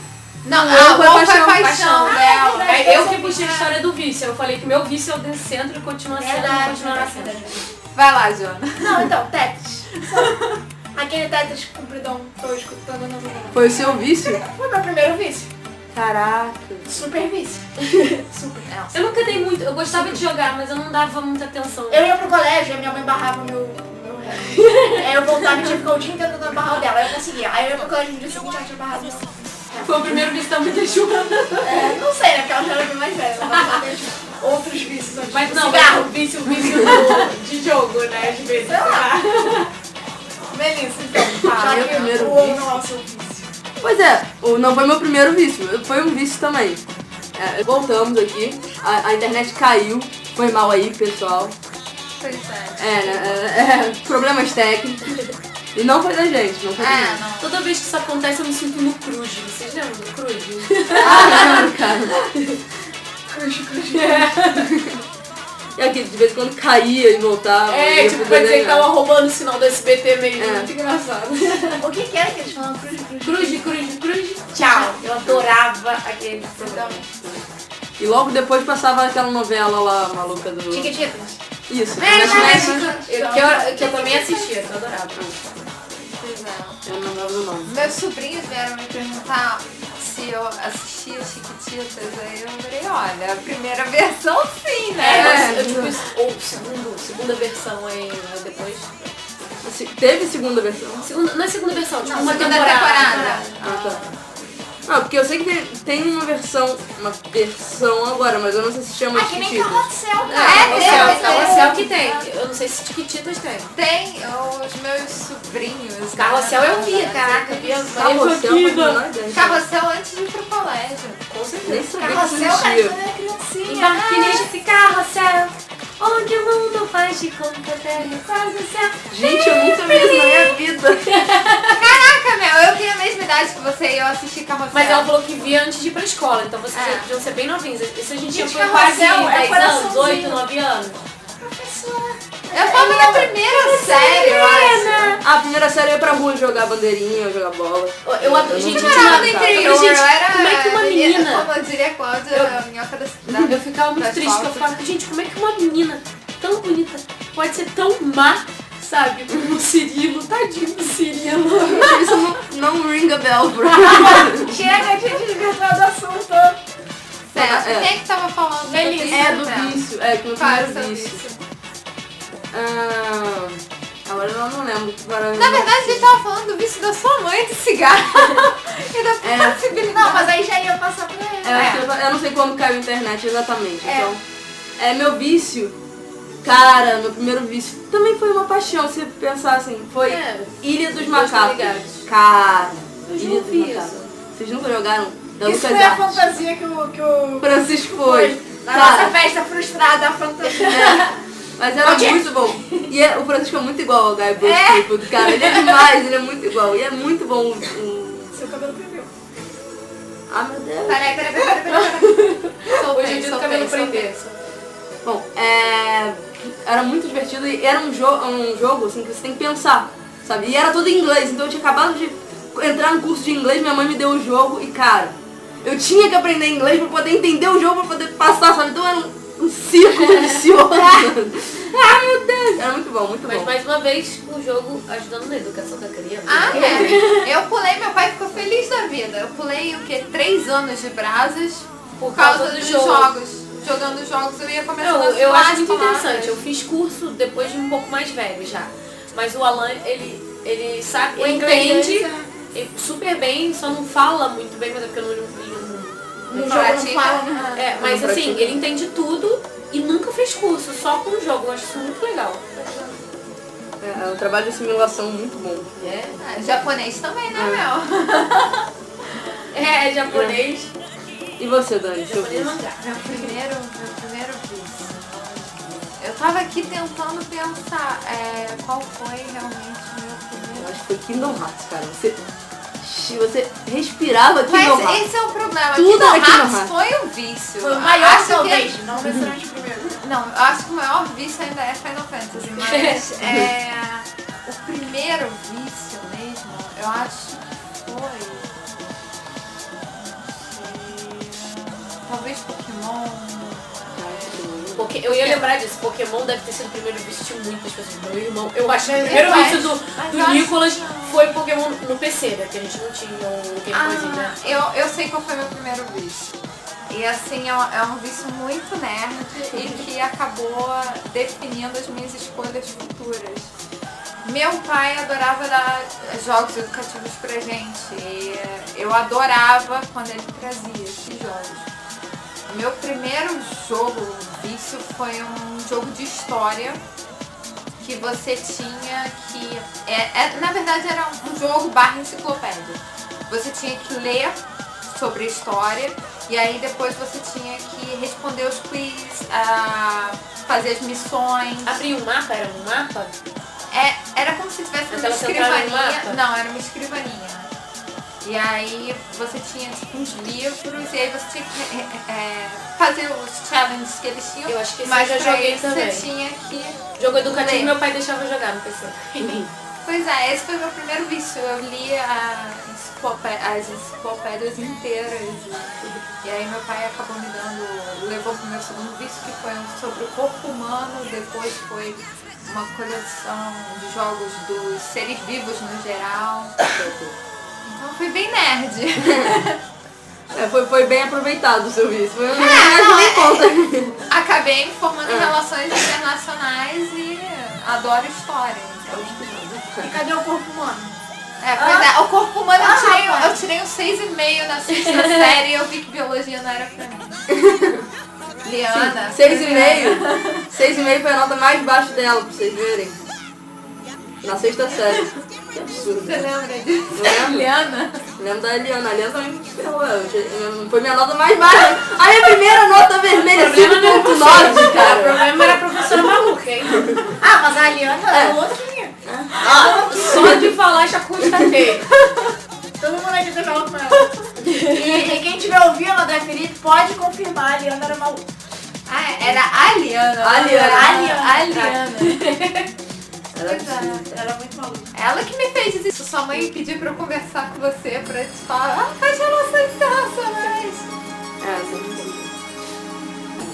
Não,
Não,
a
foi
Wall foi
paixão,
paixão
paixão. Ah, é
dela.
verdade.
é eu que puxei a história do vício. Eu falei que meu vício é o Dance Central e continua sendo,
Verdade,
tá
continuará
verdade,
sendo.
verdade.
Vai lá, Jona.
Não, então, Tetris. Aquele Tetris compridão tosco, todo no mundo.
Foi o seu vício?
Foi meu primeiro vício.
Caraca.
Super vício. Super.
Eu nunca dei muito, eu gostava de jogar, mas eu não dava muita atenção.
Eu ia pro colégio e minha mãe barrava o meu. meu recorde. Aí eu voltava e tinha que ficar o dia inteiro tentando barrar o dela. Aí eu conseguia. Aí eu ia pro colégio no dia seguinte ela tinha barrado o meu.
Foi o primeiro vício da minha Joana.
É, não sei, né? Porque ela já era bem mais velha. Ela barrava outros vícios. antes.
Mas não,
Cigarro.
o vício, o vício do- de jogo, né? Às vezes. sei lá.
Melissa, então. Já
meu
que
primeiro
o ovo
vício.
não é o seu vício.
Pois é, o- não foi meu primeiro vício, foi um vício também. É, voltamos aqui, a, a internet caiu, foi mal aí, pessoal.
Pois é.
É, né, é, é, problemas técnicos. E não foi da gente, não foi
Ah.
da
É,
gente.
não.
Toda vez que isso acontece, eu me sinto no Cruz. Vocês lembram do Cruz?
Ah, não, cara.
Cruxo, cruxo.
E aqui, de vez em quando caía e voltava. e
É,
eu fui
tipo, vai dizer que
desenhar.
tava roubando o sinal do SBT mesmo.
É.
Muito engraçado.
O que que era que eles falavam? Cruxo, cruxo.
Cruz, Cruz, Cruz, tchau. Eu adorava aquele
Então,
programa.
E logo depois passava aquela novela lá, maluca do...
Chiquititas.
Isso.
Mas,
é,
mas,
Netflix, né?
eu- que, eu, que eu também assistia, que eu adorava.
Pois é.
Eu não lembro do nome.
Meus sobrinhos vieram me perguntar se eu assistia Chiquititas, aí eu falei, olha, a primeira versão sim,
É,
né?
eu, tipo, isso- ou segundo, segunda versão aí depois.
Se- Teve segunda versão?
Segunda, não é segunda versão, tipo,
Não,
uma
segunda
temporada.
temporada.
Ah, tá. Não, porque eu sei que tem, tem uma versão, uma versão agora, mas eu não sei se chama
Ah, que nem
Chiquititas.
carrossel,
É,
cara.
é,
tem,
é,
tem.
Carrossel que tem. Eu não sei se Tiquititas tem.
Tem os meus sobrinhos. né?
Carrossel eu vi, caraca, eu vi as
Carrossel,
eu
mas
vi
não
as-
é desse.
Carrossel antes de ir pro colégio.
Com certeza.
Nem sabia que isso
Carrossel, cara, quando eu
existia.
era criancinha.
Embarque nesse carrossel, onde o mundo faz de conta terra e quase o céu.
Gente, eu nunca vi isso na minha vida.
Caraca, meu, eu tenho a mesma idade que você e eu assisti Carrossel.
Mas ela falou que via antes de ir pra escola, então vocês
É.
deviam ser bem novinhos. Isso a gente tinha
Gente,
por quase
Carrossel é
10 anos,
coraçãozinho.
8, 9 anos.
Professora.
Eu tava na primeira série, eu
é, né?
acho.
Ah, A primeira série eu ia pra rua jogar bandeirinha, jogar bola.
Eu, eu adoro.
Eu
Gente,
não
eu
Morava no
adoro-
interior,
gente,
eu era
como é que uma
menina-
menina
Como eu diria Cláudia,
Eu-
minhoca da cidade.
Eu ficava muito
Das
triste, porque eu
faltas.
ficava, gente, como é que uma menina tão bonita pode ser tão má, sabe? Como o Cirilo, tadinho do Cirilo.
Isso não, não ring a bell, bro.
Chega, gente, desvirtuando o assunto.
Certo,
É.
quem é que tava falando? do
Melissa.
vício
É do
dela?
vício, é que não
Para
primeiro
o seu
vício.
vício.
Ah, agora eu não lembro. Para...
Na verdade, a gente tava falando do vício da sua mãe de cigarro. e da
É.
possibilidade.
Não, mas aí já ia passar pra ela.
É, acho que eu- Eu não sei quando caiu a internet exatamente.
É.
Então, é meu vício. Cara, meu primeiro vício também foi uma paixão, se pensar assim. Foi
É,
Ilha dos
eu gosto de
Macacos.
ligar.
Cara,
Eu já
Ilha dos
ouvi
Macacos.
isso.
Vocês nunca jogaram? Da
Isso
Lucas
foi a
Arte.
fantasia que o... Que o...
Francisco foi.
Na
Cara,
nossa festa frustrada, a fantasia.
Mas era muito bom. E é- o Francisco é muito igual ao Guy Bruce, tipo, cara, ele é demais, ele é muito igual. E é muito bom o- o...
Seu cabelo prendeu.
Ah, meu Deus.
Peraí, peraí, peraí, peraí, peraí. Soltei,
Hoje em dia tá do
soltei,
cabelo
soltei.
prender.
Bom, é... Era muito divertido e era um, jo um jogo, assim, que você tem que pensar, sabe? E era tudo em inglês, então eu tinha acabado de entrar entrar no curso de inglês, minha mãe me deu o jogo e, cara, eu tinha que aprender inglês pra poder entender o jogo, pra poder passar, sabe? Então era um, um círculo vicioso. ah, meu Deus! Era muito bom, muito
Mas
bom.
mais uma vez, o jogo ajudando na educação da criança.
Ah, é. Eu pulei, meu pai ficou feliz da vida. Eu pulei o quê? Três anos de brasas por causa,
causa do
dos
jogo.
jogos. Jogando jogos, eu ia começar
Não,
a
eu
zoar
acho
as
muito
palavras.
interessante. Eu fiz curso depois de um pouco mais velho já. Mas o Alan, ele, ele sabe,
O
ele
inglês, é
entende ele super bem, só não fala muito bem, mas é porque eu não, não, não,
Não
não
pratica. Ah.
É, mas
Não
assim,
pratica.
ele entende tudo e nunca fez curso, só com o jogo. Eu acho isso muito legal.
É, é um trabalho de assimilação muito bom.
É,
Ah, japonês também, né, Mel?
é japonês.
E você, Dani? Seu
Japonês
curso?
mangá.
Meu primeiro, meu primeiro vício. Eu tava aqui tentando pensar é, qual foi realmente o meu primeiro
Eu acho que foi Kingdom Hearts, cara. Você, você respirava Kingdom Hearts.
Mas esse é o problema.
Tudo
Kingdom
era Kingdom
Hearts
Hearts.
foi um vício.
Foi o maior
Acho que-
talvez, não mencionamos primeiro.
Não, eu acho que o maior vício ainda é Final Fantasy, mas é, o primeiro vício mesmo, eu acho que foi. que- Talvez Pokémon.
Porque eu ia lembrar disso, Pokémon deve ter sido o primeiro vício de muitas pessoas. Meu irmão, eu acho que o
Meu
primeiro
pai,
vício do,
mas eu
do
acho
Nicolas
que não.
foi Pokémon no PC, né? Que a gente não tinha o Game Boyzinho, né?
Ah, eu, eu sei qual foi meu primeiro vício. E assim, é um, é um vício muito nerd e que acabou definindo as minhas escolhas futuras. Meu pai adorava dar jogos educativos pra gente. E eu adorava quando ele trazia esses jogos. Meu primeiro jogo vício foi um jogo de história que você tinha que. É, é- na verdade era um jogo barra enciclopédia. Você tinha que ler sobre a história e aí depois você tinha que responder os quiz, ah, fazer as missões.
Abri um mapa, era um mapa?
É, era como se tivesse uma
Aquela central no
escrivaninha.
mapa?
Não, era uma escrivaninha. E aí você tinha tipo, uns livros e aí você tinha que é, é, fazer os challenges que eles tinham.
Eu acho que esse
mas
eu já
pra
joguei
isso
também.
você tinha que
Jogo educativo
Lembro.
meu pai deixava eu jogar no PC.
Pois é, esse foi meu primeiro vício. Eu li a enciclopé- as enciclopédias inteiras. E aí meu pai acabou me dando, levou pro meu segundo vício, que foi um sobre o corpo humano, depois foi uma coleção de jogos dos seres vivos no geral. Então foi bem nerd.
É, foi, foi bem aproveitado o seu vício. Foi um
não, é-
conta.
Acabei me formando em relações internacionais e adoro história. Então.
E cadê o corpo humano?
É, pois é, o corpo humano eu
Ah,
tirei,
rapaz.
eu tirei um 6,5 na sexta série e eu vi que biologia não era pra mim. Liana.
Seis e meio. Seis e meio foi a nota mais baixa dela, pra vocês verem. Na sexta série. Que absurdo.
Você lembra disso?
Não lembro.
Liana?
Lembro da Eliana. A Eliana também me ferrou. eu tinha- Foi minha nota mais baixa. A minha primeira nota vermelha, 5.9,
O
né?
cara.
problema era a professora maluca, hein?
Ah, mas a Liana é louquinha.
Ah, Só de falar já custa ter.
Todo mundo aqui tá maluco com ela. E, e quem estiver ouvindo, deferir, pode confirmar, a Liana era maluca.
Ah, era a Liana.
A Liana.
A
A
Liana.
Liana.
Era absurdo.
Era muito maluca.
Ela que me fez isso. Sua mãe pediu pra eu conversar com você, pra te falar, ah, faz relações internacionais.
É, sempre foi.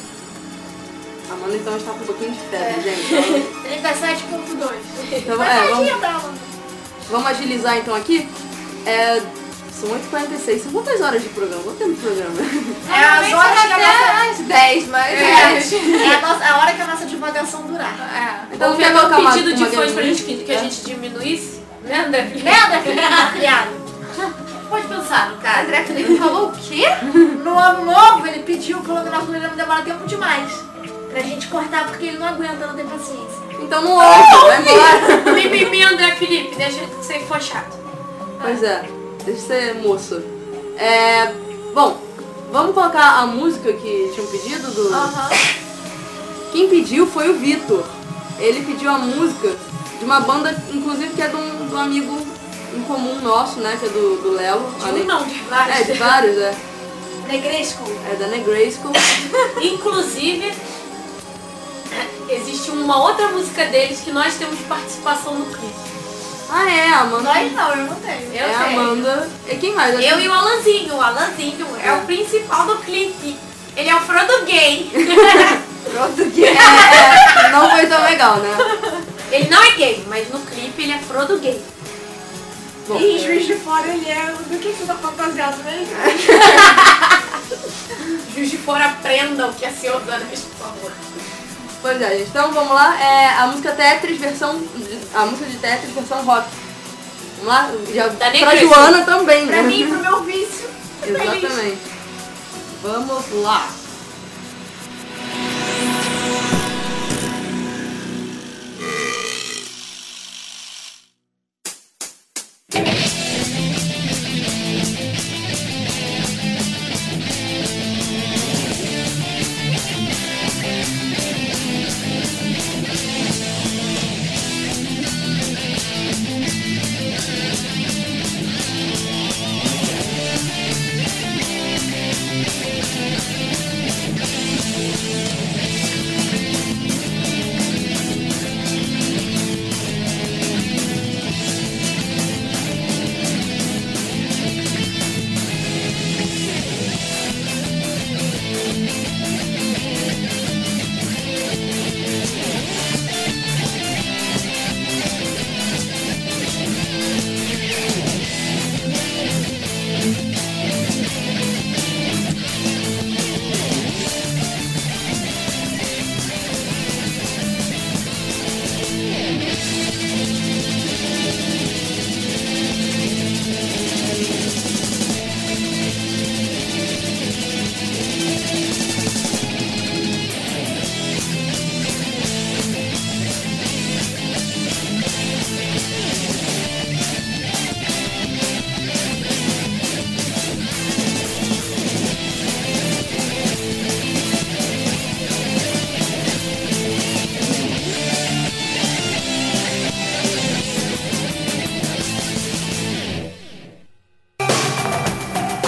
A Amanda então está com um pouquinho de febre, gente.
37.2.
Então,
Mas
é,
tá
vamos-
aqui, Brava.
Vamos agilizar então aqui. É, são 8h46. São quantas horas de programa? Quanto tempo de programa?
É as horas que a nossa...
até às 10, mas...
É, é a, nossa, a hora que a nossa divagação durar.
É.
Então,
Houve até um pedido de fãs
fãs
pra gente que, que a gente diminuísse. Né, André? Felipe?
Merda, filho criado.
Pode pensar no caso.
André Felipe falou o quê?
No ano novo, ele pediu, falou que o nosso programa demora tempo demais. Pra gente cortar, porque ele não aguenta, não tem paciência.
Então não ouve, vai embora.
Mimimi, André Felipe, deixa que você for chato.
Pois é, deixa eu ser moço. É, bom, vamos colocar a música que tinham pedido do...
Aham.
Quem pediu foi o Vitor. Ele pediu a música de uma banda, inclusive, que é de um, de um amigo em comum nosso, né? Que é do, do Lelo.
Um
Além-
não, de
É, de
vários.
vários, é.
Negresco.
É da Negrayskull.
É. Inclusive, existe uma outra música deles que nós temos participação no clipe.
Ah, é, a Amanda.
Nós não, eu não tenho.
Eu
é a
tenho.
Amanda. E quem mais?
Eu e o Alanzinho. O Alanzinho é o principal do clipe. Ele é o Frodo gay.
Pronto, que é, não foi tão legal, né?
ele não é gay, mas no clipe ele é Frodo gay.
Bom,
Ih, juiz de fora, ele é. Do que que você tá fantasiado mesmo?
Juiz de fora aprendam que é seu Danis, por favor.
Pois é, gente. Então vamos lá. É a música Tetris versão. A música de Tetris versão rock. Vamos lá? Já,
Da
pra
Negresco.
Joana também, né?
Pra mim, pro meu vício.
Exatamente. Vamos lá.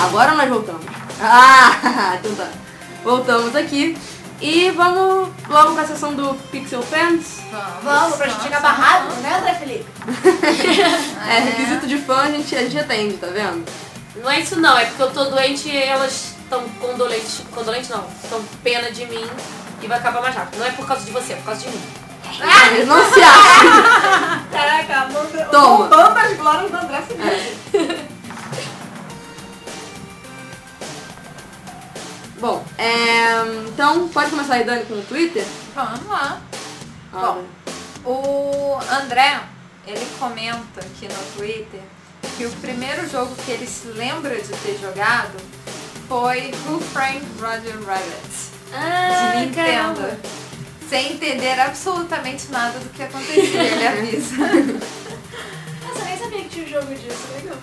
Agora nós voltamos. Ah, então tá. Voltamos aqui. E vamos logo pra sessão do Pixel Fans.
Vamos, pra gente chegar barrado, né, André Felipe?
É, requisito de fã, a gente, a gente atende, tá vendo?
Não é isso não, é porque eu tô doente e elas estão condolentes. Condolente não, estão pena de mim e vai acabar mais rápido. Não é por causa de você, é por causa de mim.
Eles não se acham.
Caraca, Amanda.
Toma.
Bombando as glórias do André Felipe.
Bom, é, então pode começar aí, Dani, com o Twitter?
É. Vamos lá.
Ah,
Bom. O André, ele comenta aqui no Twitter que o primeiro jogo que ele se lembra de ter jogado foi Who Framed Roger Rabbit, de
Ah,
Nintendo. Sem entender absolutamente nada do que acontecia, ele avisa.
Nossa, eu nem sabia que tinha um jogo disso, legal.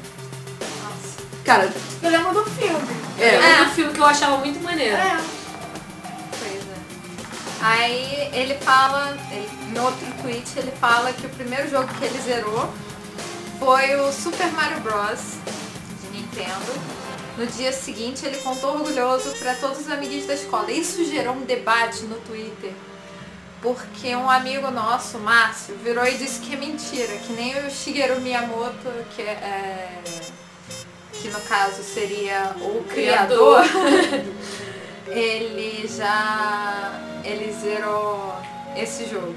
cara,
Eu lembro do filme.
é,
É um filme que eu achava muito maneiro.
É.
coisa. é. Aí ele fala, ele- no outro tweet, ele fala que o primeiro jogo que ele zerou foi o Super Mario Bros. de Nintendo. No dia seguinte, ele contou orgulhoso para todos os amiguinhos da escola. Isso gerou um debate no Twitter. Porque um amigo nosso, Márcio, virou e disse que é mentira, que nem o Shigeru Miyamoto, que é- é, que no caso seria o criador, ele já. ele zerou esse jogo.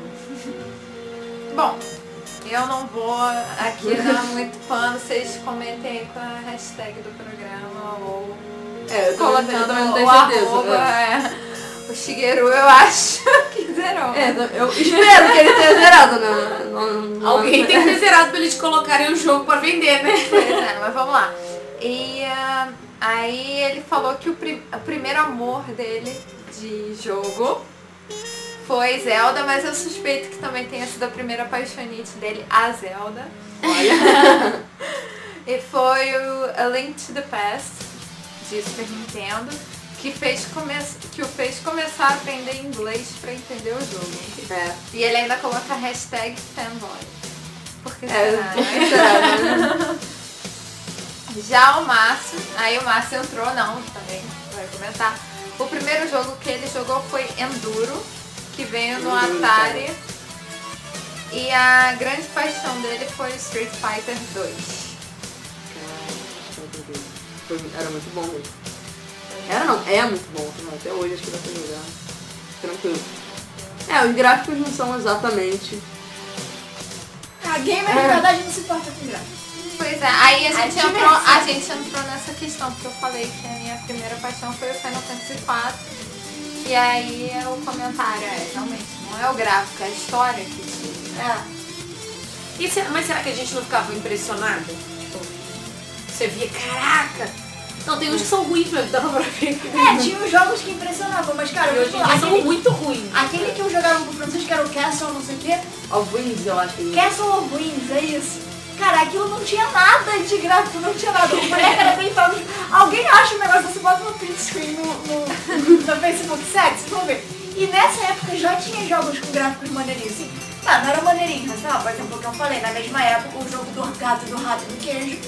Bom, eu não vou aqui dar muito pano, vocês comentem aí com a hashtag do programa ou
é eu, também, eu também não
colocando
tenho
o arroba,
certeza.
é, o Shigeru, eu acho que zerou.
É, eu espero que ele tenha zerado, né? Não- não-
Alguém tem que ter zerado pra eles colocarem o jogo pra vender, né?
Pois é, mas vamos lá. E ah, aí ele falou que o, pri- o primeiro amor dele de jogo foi Zelda, mas eu suspeito que também tenha sido a primeira apaixonite dele, a Zelda. e foi o A Link to the Past, de Super Nintendo, que, fez come- que o fez começar a aprender inglês pra entender o jogo.
É.
E ele ainda coloca a hashtag fanboy. Porque
É,
será, né?
será, né?
Já o Márcio, aí o Márcio entrou, não, também vai comentar. O primeiro jogo que ele jogou foi Enduro, que veio no Atari. E a grande paixão dele foi Street Fighter 2.
Foi, era muito bom mesmo. Era não, é muito bom. né? Até hoje acho que dá pra jogar. Tranquilo. É, os gráficos não são exatamente.
A gamer,
É.
na verdade, não se importa com gráfico.
Pois é, aí a
A
gente, entrou, a gente entrou nessa questão, porque eu falei que a minha primeira paixão foi o Final Fantasy IV. E aí o comentário é, realmente, não é o gráfico, é a história que te...
É.
E se- mas será que a gente não ficava impressionada? Tipo, você via, caraca! Não, tem uns que são ruins mesmo, dava pra ver.
É, tinha os jogos que impressionavam, mas cara,
E
eu
hoje
vou
em
falar,
dia são
aquele,
muito ruins.
aquele que eu jogava com o francês, que era o Castle, não sei o quê,
Ó, Wings, eu acho que.
Castle of Winds, é isso. Cara, aquilo não tinha nada de gráfico, não tinha nada. O boneco era pintado. Alguém acha um negócio, você bota no print screen no, no, no Facebook, sério, vocês vão ver. E nessa época já tinha jogos com gráficos maneirinhos, assim. Tá, não era maneirinho, mas sei lá, por exemplo, o que eu falei, na mesma época o jogo do gato, do rato e do queijo.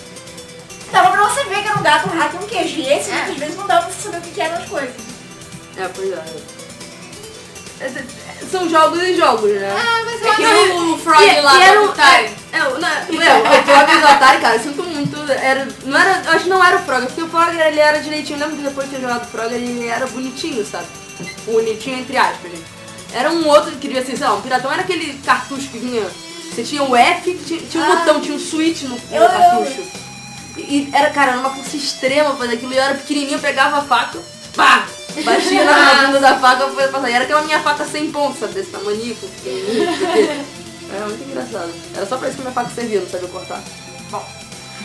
Dava pra você ver que era um gato, um rato e um queijo. E
É.
esse muitas vezes não dava pra você saber o que, que eram as coisas.
É, pois é. É, São jogos e jogos, né?
Ah, mas eu
E
acho-
o Frog
E-
lá
e era
do
um-
Atari?
É, eu, na, eu, o Frog do Atari, cara, eu sinto muito. Era, não era, eu acho que não era o Frog, porque o Frog ele era direitinho. Eu lembro que depois de ter jogado o Frog, ele era bonitinho, sabe? Bonitinho entre aspas. gente. Era um outro que devia ser, sei lá, um piratão era aquele cartucho que vinha. Você tinha o F, tinha, tinha um botão, tinha um switch no, no
Eu lembro.
cartucho. E era, cara, era uma força extrema fazer aquilo. E eu era pequenininho, eu pegava a faca, pá! Batia na bunda da faca pra passar. E era aquela minha faca sem ponta, sabe? Desse tamanico. Era muito engraçado. Era só pra isso que minha faca servia, não sabia cortar.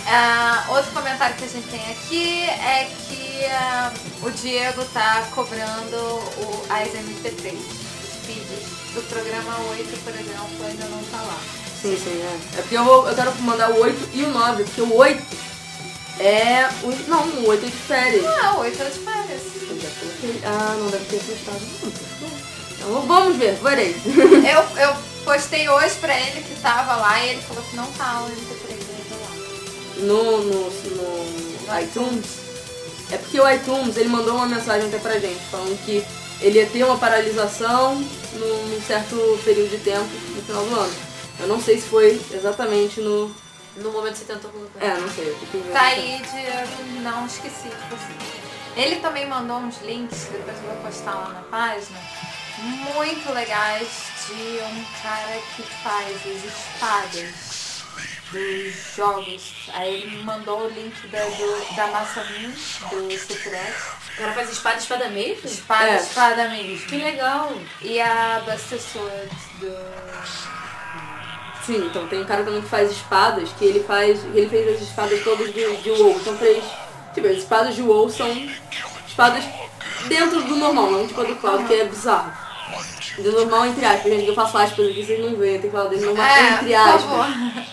Ah, outro comentário que a gente tem aqui é que ah, o Diego tá cobrando o, as MP3, os feeds do programa 8, por exemplo, ainda não tá lá.
Sim, sim, é. É porque eu, vou, eu quero mandar o 8 e o 9, porque o 8 é. O, não, o 8 é de férias.
Ah, 8 é de férias.
Eu já coloquei- Ah, não deve ter postado. Hum, Então, vamos ver, verei.
eu, eu postei hoje pra ele que tava lá e ele falou que não tá o MP3 ainda lá.
no, no, no iTunes, é porque o iTunes ele mandou uma mensagem até pra gente, falando que ele ia ter uma paralisação num certo período de tempo no final do ano. Eu não sei se foi exatamente no.
No momento você tentou colocar.
É, não sei. eu tenho que ver.
Tá aí, Diego, não esqueci de você. Ele também mandou uns links, depois eu vou postar lá na página, muito legais de um cara que faz as espadas dos jogos. Aí ele me mandou o link da, do, da Massa Min, do Secret.
O cara faz espada, espada mesmo?
Espada,
É.
espada mesmo.
Que legal.
E a Buster Sword do...
Sim, então tem um cara também que faz espadas, que ele faz. Ele fez as espadas todas de, de WoW. São três. Tipo, as espadas de WoW são espadas dentro do normal, não tipo a do Cloud, que é bizarro. Do normal entre aspas, gente, eu faço aspas aqui, vocês não veem, tem que falar dele normal
É,
entre
por
aspas.
favor.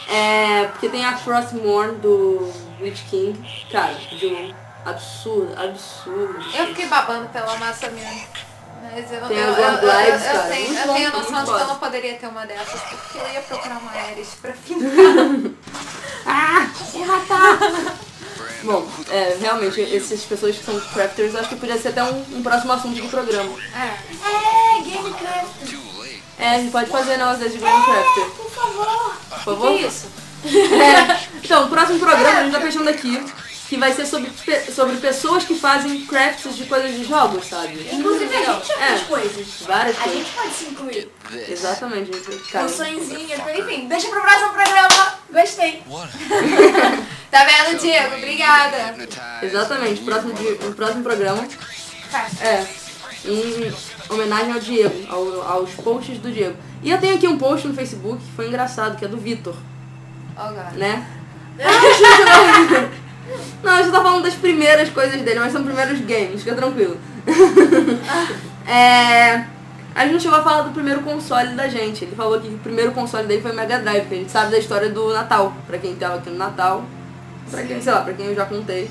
É, porque tem a Frostmourne do Witch King, cara, de WoW. Absurdo, absurdo.
Eu fiquei babando pela massa minha. Mas eu,
Tem
eu,
as
eu,
One
eu- eu-
Lives,
eu
cara.
tenho,
Muito
eu
bom,
tenho a
muito
noção de
bom.
que eu não poderia ter uma dessas, porque eu ia procurar uma Ares pra fim.
Ah, vou matar! Bom, é, realmente, essas pessoas que são crafters, acho que podia ser até um, um próximo assunto do programa.
É.
É, Gamecraft,
É, a gente pode fazer nós de Grand Crafter,
por favor.
por favor?
Que isso?
É. Então, o próximo programa a gente tá fechando aqui, que vai ser sobre, pe- sobre pessoas que fazem crafts de coisas de jogos, sabe?
Inclusive, a gente já fez
É.
coisas.
Várias
A
coisas.
gente pode se incluir.
Exatamente, gente.
tá
Cara,
Cançõezinhas, enfim, deixa pro próximo programa. Gostei.
Tá vendo, Diego? Obrigada.
Exatamente, próximo, de, no próximo programa.
Tá,
É. Em homenagem ao Diego, ao- aos posts do Diego. E eu tenho aqui um post no Facebook que foi engraçado, que é do Vitor,
Ó, agora.
né?
É.
Ah, Não, eu já tava falando das primeiras coisas dele, mas são primeiros games, fica tranquilo. É, a gente chegou a falar do primeiro console da gente. Ele falou que o primeiro console dele foi o Mega Drive, que a gente sabe da história do Natal, pra quem tava aqui no Natal. Pra quem, sei lá, pra quem eu já contei.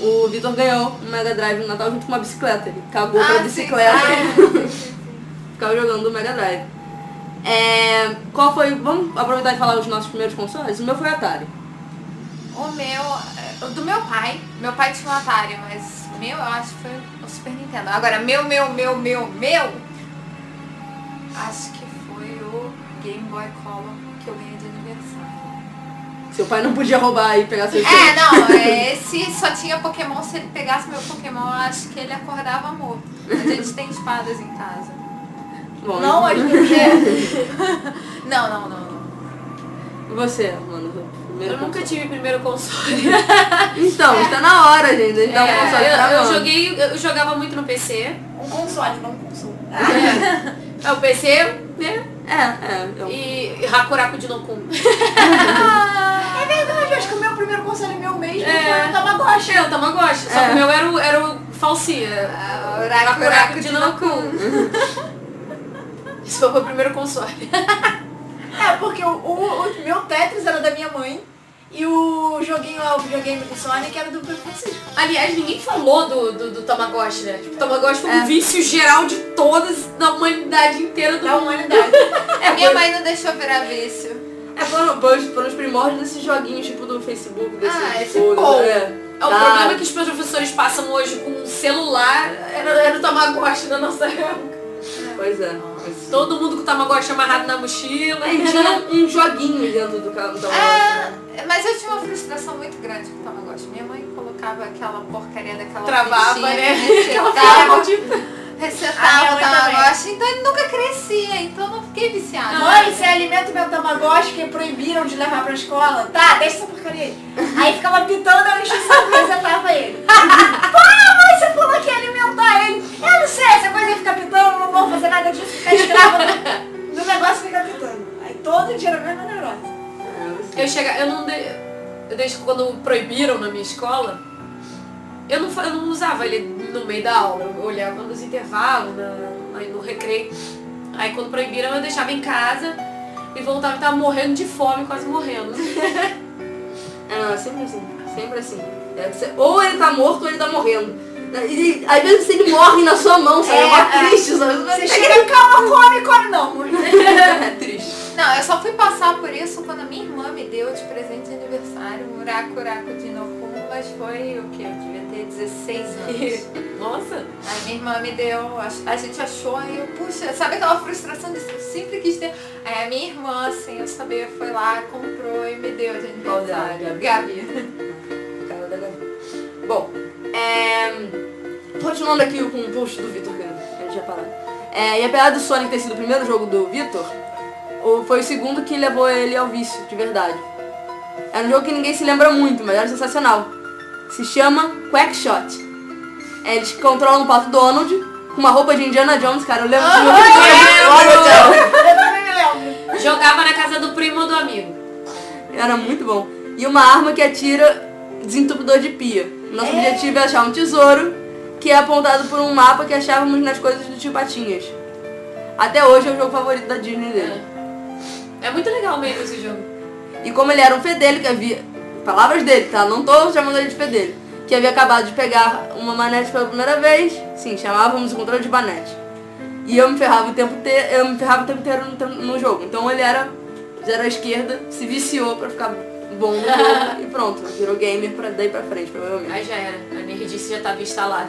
O Vitor ganhou um Mega Drive no Natal junto com uma bicicleta. Ele cagou pra
Ah, sim.
bicicleta. Ficava jogando o Mega Drive. É, qual foi. Vamos aproveitar e falar os nossos primeiros consoles? O meu foi Atari.
O meu, é, o do meu pai. Meu pai tinha um Atari, mas meu eu acho que foi o Super Nintendo. Agora, meu, meu, meu, meu, meu, acho que foi o Game Boy Color que eu ganhei de aniversário.
Seu pai não podia roubar e pegar seus
É, não, é, esse só tinha Pokémon, se ele pegasse meu Pokémon, eu acho que ele acordava morto. A gente tem espadas em casa.
Bom,
Não
é
as mulheres. não, não, não, não. é-
E você, mano? Primeiro
Eu nunca tive primeiro console.
console. Então, está na hora, gente. A gente
Então,
dá um console pra
É, eu, eu
mano.
joguei, eu jogava muito no PC.
Um console, não um console.
É o PC, né?
É, é. eu-
E Hakuraku de Nokun.
É verdade, eu acho que o meu primeiro console meu mesmo então
É.
foi o Tamagotchi.
É, o Tamagotchi. Só que o meu era o, era o falsinha.
Uraku-
Hakuraku
Uraku
de
de
Nokun. Esse foi o meu primeiro console.
É, porque o, o- o meu Tetris era da minha mãe e o joguinho lá, o videogame do Sonic era do Pedro Francisco.
Aliás, ninguém falou do, do, do Tamagotchi, né? Tipo, o Tamagotchi foi um vício geral de todas, da humanidade inteira do
Da
mundo.
humanidade.
É, Minha mãe não deixou virar vício.
É, foram, foram, foram os primórdios desses joguinhos, tipo do Facebook, desse
Ah, esse
fogo,
Pou.
né?
É o
Tá.
problema que os professores passam hoje com um celular era, era o Tamagotchi da nossa época.
Pois é. Mas...
Todo mundo com o Tamagotchi amarrado na mochila.
Aí tinha um joguinho dentro do carro. Então,
Mas eu tinha uma frustração muito grande com o Tamagotchi. Minha mãe colocava aquela porcaria daquela
Travava,
flechinha,
né?
resetava,
Aquela maldita.
A Ah, minha
resetava o
mãe também.
Tamagotchi, então ele nunca crescia, então eu não fiquei viciada. É,
Mãe, é você alimenta o meu Tamagotchi que proibiram de levar pra escola. Tá, deixa essa porcaria aí. Aí ficava pitando, eu enchi o saco e resetava ele. Pá, mãe, você falou que ia alimentar ele. Eu não sei, essa coisa ia ficar pitando, não vou fazer nada disso, ficar escrava do, do negócio ficar pitando. Aí todo dia era a mesma neurose.
Eu chega, eu não de- eu desde quando proibiram na minha escola, eu não, fa- eu não usava ele no meio da aula, eu olhava nos intervalos, na- aí no recreio. Aí quando proibiram eu deixava em casa e voltava e tava morrendo de fome, quase morrendo.
É, não, é sempre assim. Sempre assim. É, você- ou ele tá morto ou ele tá morrendo. E, e, às vezes ele morre na sua mão, sabe? É, mó triste, sabe?
é,
Você chega em calma, come, come não.
É triste.
Não, eu só fui passar por isso quando a minha irmã me deu de presente de aniversário um uraco uraco de Nokun, mas foi o que? Eu devia ter 16 anos.
Nossa!
a minha irmã me deu, a, a gente achou, aí eu, puxa, sabe aquela frustração de eu sempre quis ter? Aí a minha irmã, assim, eu sabia, foi lá, comprou e me deu de
Qual dela,
aniversário. Gabi.
Cara da Gabi. Bom, é... Continuando aqui com o post do Vitor, que a gente já parou. É, e apesar do Sonic ter sido o primeiro jogo do Vitor, o- foi o segundo que levou ele ao vício, de verdade. Era um jogo que ninguém se lembra muito, mas era sensacional. Se chama Quackshot. É, Eles controlam o pato Donald com uma roupa de Indiana Jones, cara. Eu lembro de
Eu também me lembro.
Jogava na casa do primo ou do amigo.
Era muito bom. E uma arma que atira desentupidor de pia. Nosso objetivo é achar um tesouro que é apontado por um mapa que achávamos nas coisas do Tio Patinhas. Até hoje é o jogo favorito da Disney dele.
É muito legal mesmo esse jogo.
E como ele era um fedelho que havia. Palavras dele, tá? Não tô chamando ele de fedelho. Que havia acabado de pegar uma manete pela primeira vez. Sim, chamávamos o controle de manete. E eu me ferrava o tempo inteiro. Eu me ferrava o tempo inteiro no, tempo- no jogo. Então ele era. Zero à esquerda, se viciou pra ficar bom no jogo e pronto. Virou gamer pra daí pra frente, provavelmente.
Aí já era. A nerdice já tava instalada.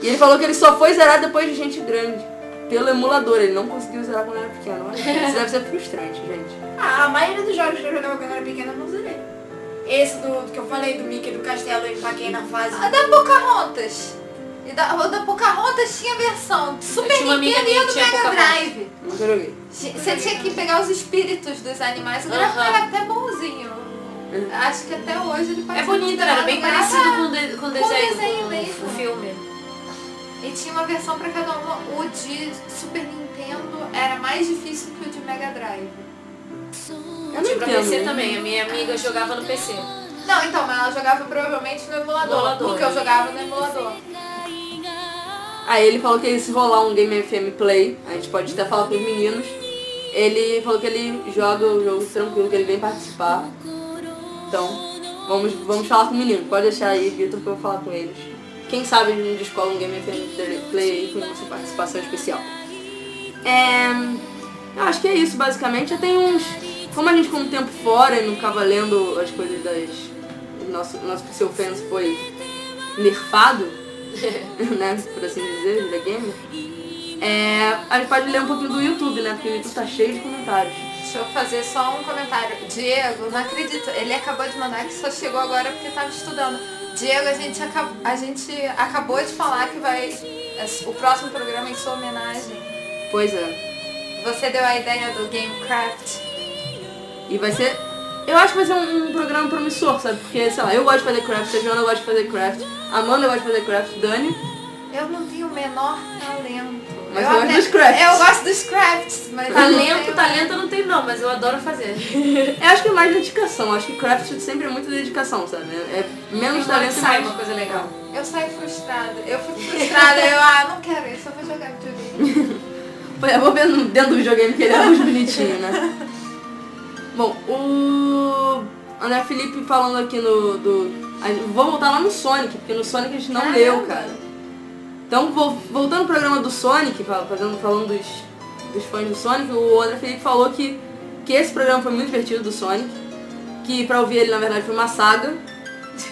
E ele falou que ele só foi zerar depois de gente grande. Pelo emulador, ele não conseguiu zerar quando era pequeno. Olha, Isso deve ser frustrante, gente.
Ah, a maioria dos jogos que eu jogava quando eu era pequena eu não zerei. Esse do, do que eu falei, do Mickey do Castelo, eu empaquei na fase.
A Ah, da Pocahontas. E da, o da Pocahontas tinha versão Super
tinha uma amiga
Nintendo e
minha
a
que
do
tinha
Mega
Pocahontas.
Drive.
Nunca joguei.
Você tinha que pegar os espíritos dos animais. O gráfico
Aham.
era até bonzinho. Acho que até hoje ele
É
parece.
bonito, era bem parecido com o de- com o desenho.
desenho
com o
mesmo.
filme.
E tinha uma versão pra cada uma. O de Super Nintendo era mais difícil que o de Mega Drive.
Eu não
Tinha Tipo, pra PC
entendo.
também. A minha amiga jogava no PC.
Não, então, mas ela jogava provavelmente no emulador.
Emulador,
Porque eu jogava no emulador.
Aí ele falou que se rolar um Game FM Play, a gente pode até falar pros meninos. Ele falou que ele joga o jogo tranquilo, que ele vem participar. Então, vamos, vamos falar com o menino. Pode deixar aí, Vitor, que eu vou falar com eles. Quem sabe ele não descola um Game FM Play aí com essa participação especial. É, eu acho que é isso, basicamente. Já tem uns. Como a gente ficou um tempo fora e não ficava lendo as coisas das. o Nosso, nosso Pixel Fans foi nerfado, né? Por assim dizer, videogame. É, a gente pode ler um pouquinho do YouTube, né? Porque o YouTube tá cheio de comentários.
Deixa eu fazer só um comentário. Diego, não acredito. Ele acabou de mandar que só chegou agora porque estava estudando. Diego, a gente, acab- a gente acabou de falar que vai. O próximo programa é em sua homenagem.
Pois é.
Você deu a ideia do Gamecraft.
E vai ser. Eu acho que vai ser um, um programa promissor, sabe? Porque, sei lá, eu gosto de fazer craft, a Joana gosta de fazer craft, a Amanda gosta de fazer craft, Dani.
Eu não tenho o menor talento.
Mas eu gosto dos crafts.
Eu gosto dos crafts, mas. eu não
Talento,
tenho-
tá-
talento eu não tenho não, mas eu adoro fazer.
Eu acho que é mais dedicação, acho que craft sempre é muita dedicação, sabe? É é menos talento e
Sai
mais.
uma coisa legal.
Eu saio frustrada. Eu fico frustrada. eu, ah, não quero isso, eu vou jogar videogame.
Pois é, vou ver no- dentro do videogame que ele é muito bonitinho, né? Bom, o André Felipe falando aqui no. Do, a gente- vou voltar lá no Sonic, porque no Sonic a gente não
Caramba.
leu, cara. Então, vol- voltando ao programa do Sonic, fa- fazendo, falando dos, dos fãs do Sonic, o André Felipe falou que, que esse programa foi muito divertido do Sonic, que pra ouvir ele, na verdade, foi uma saga,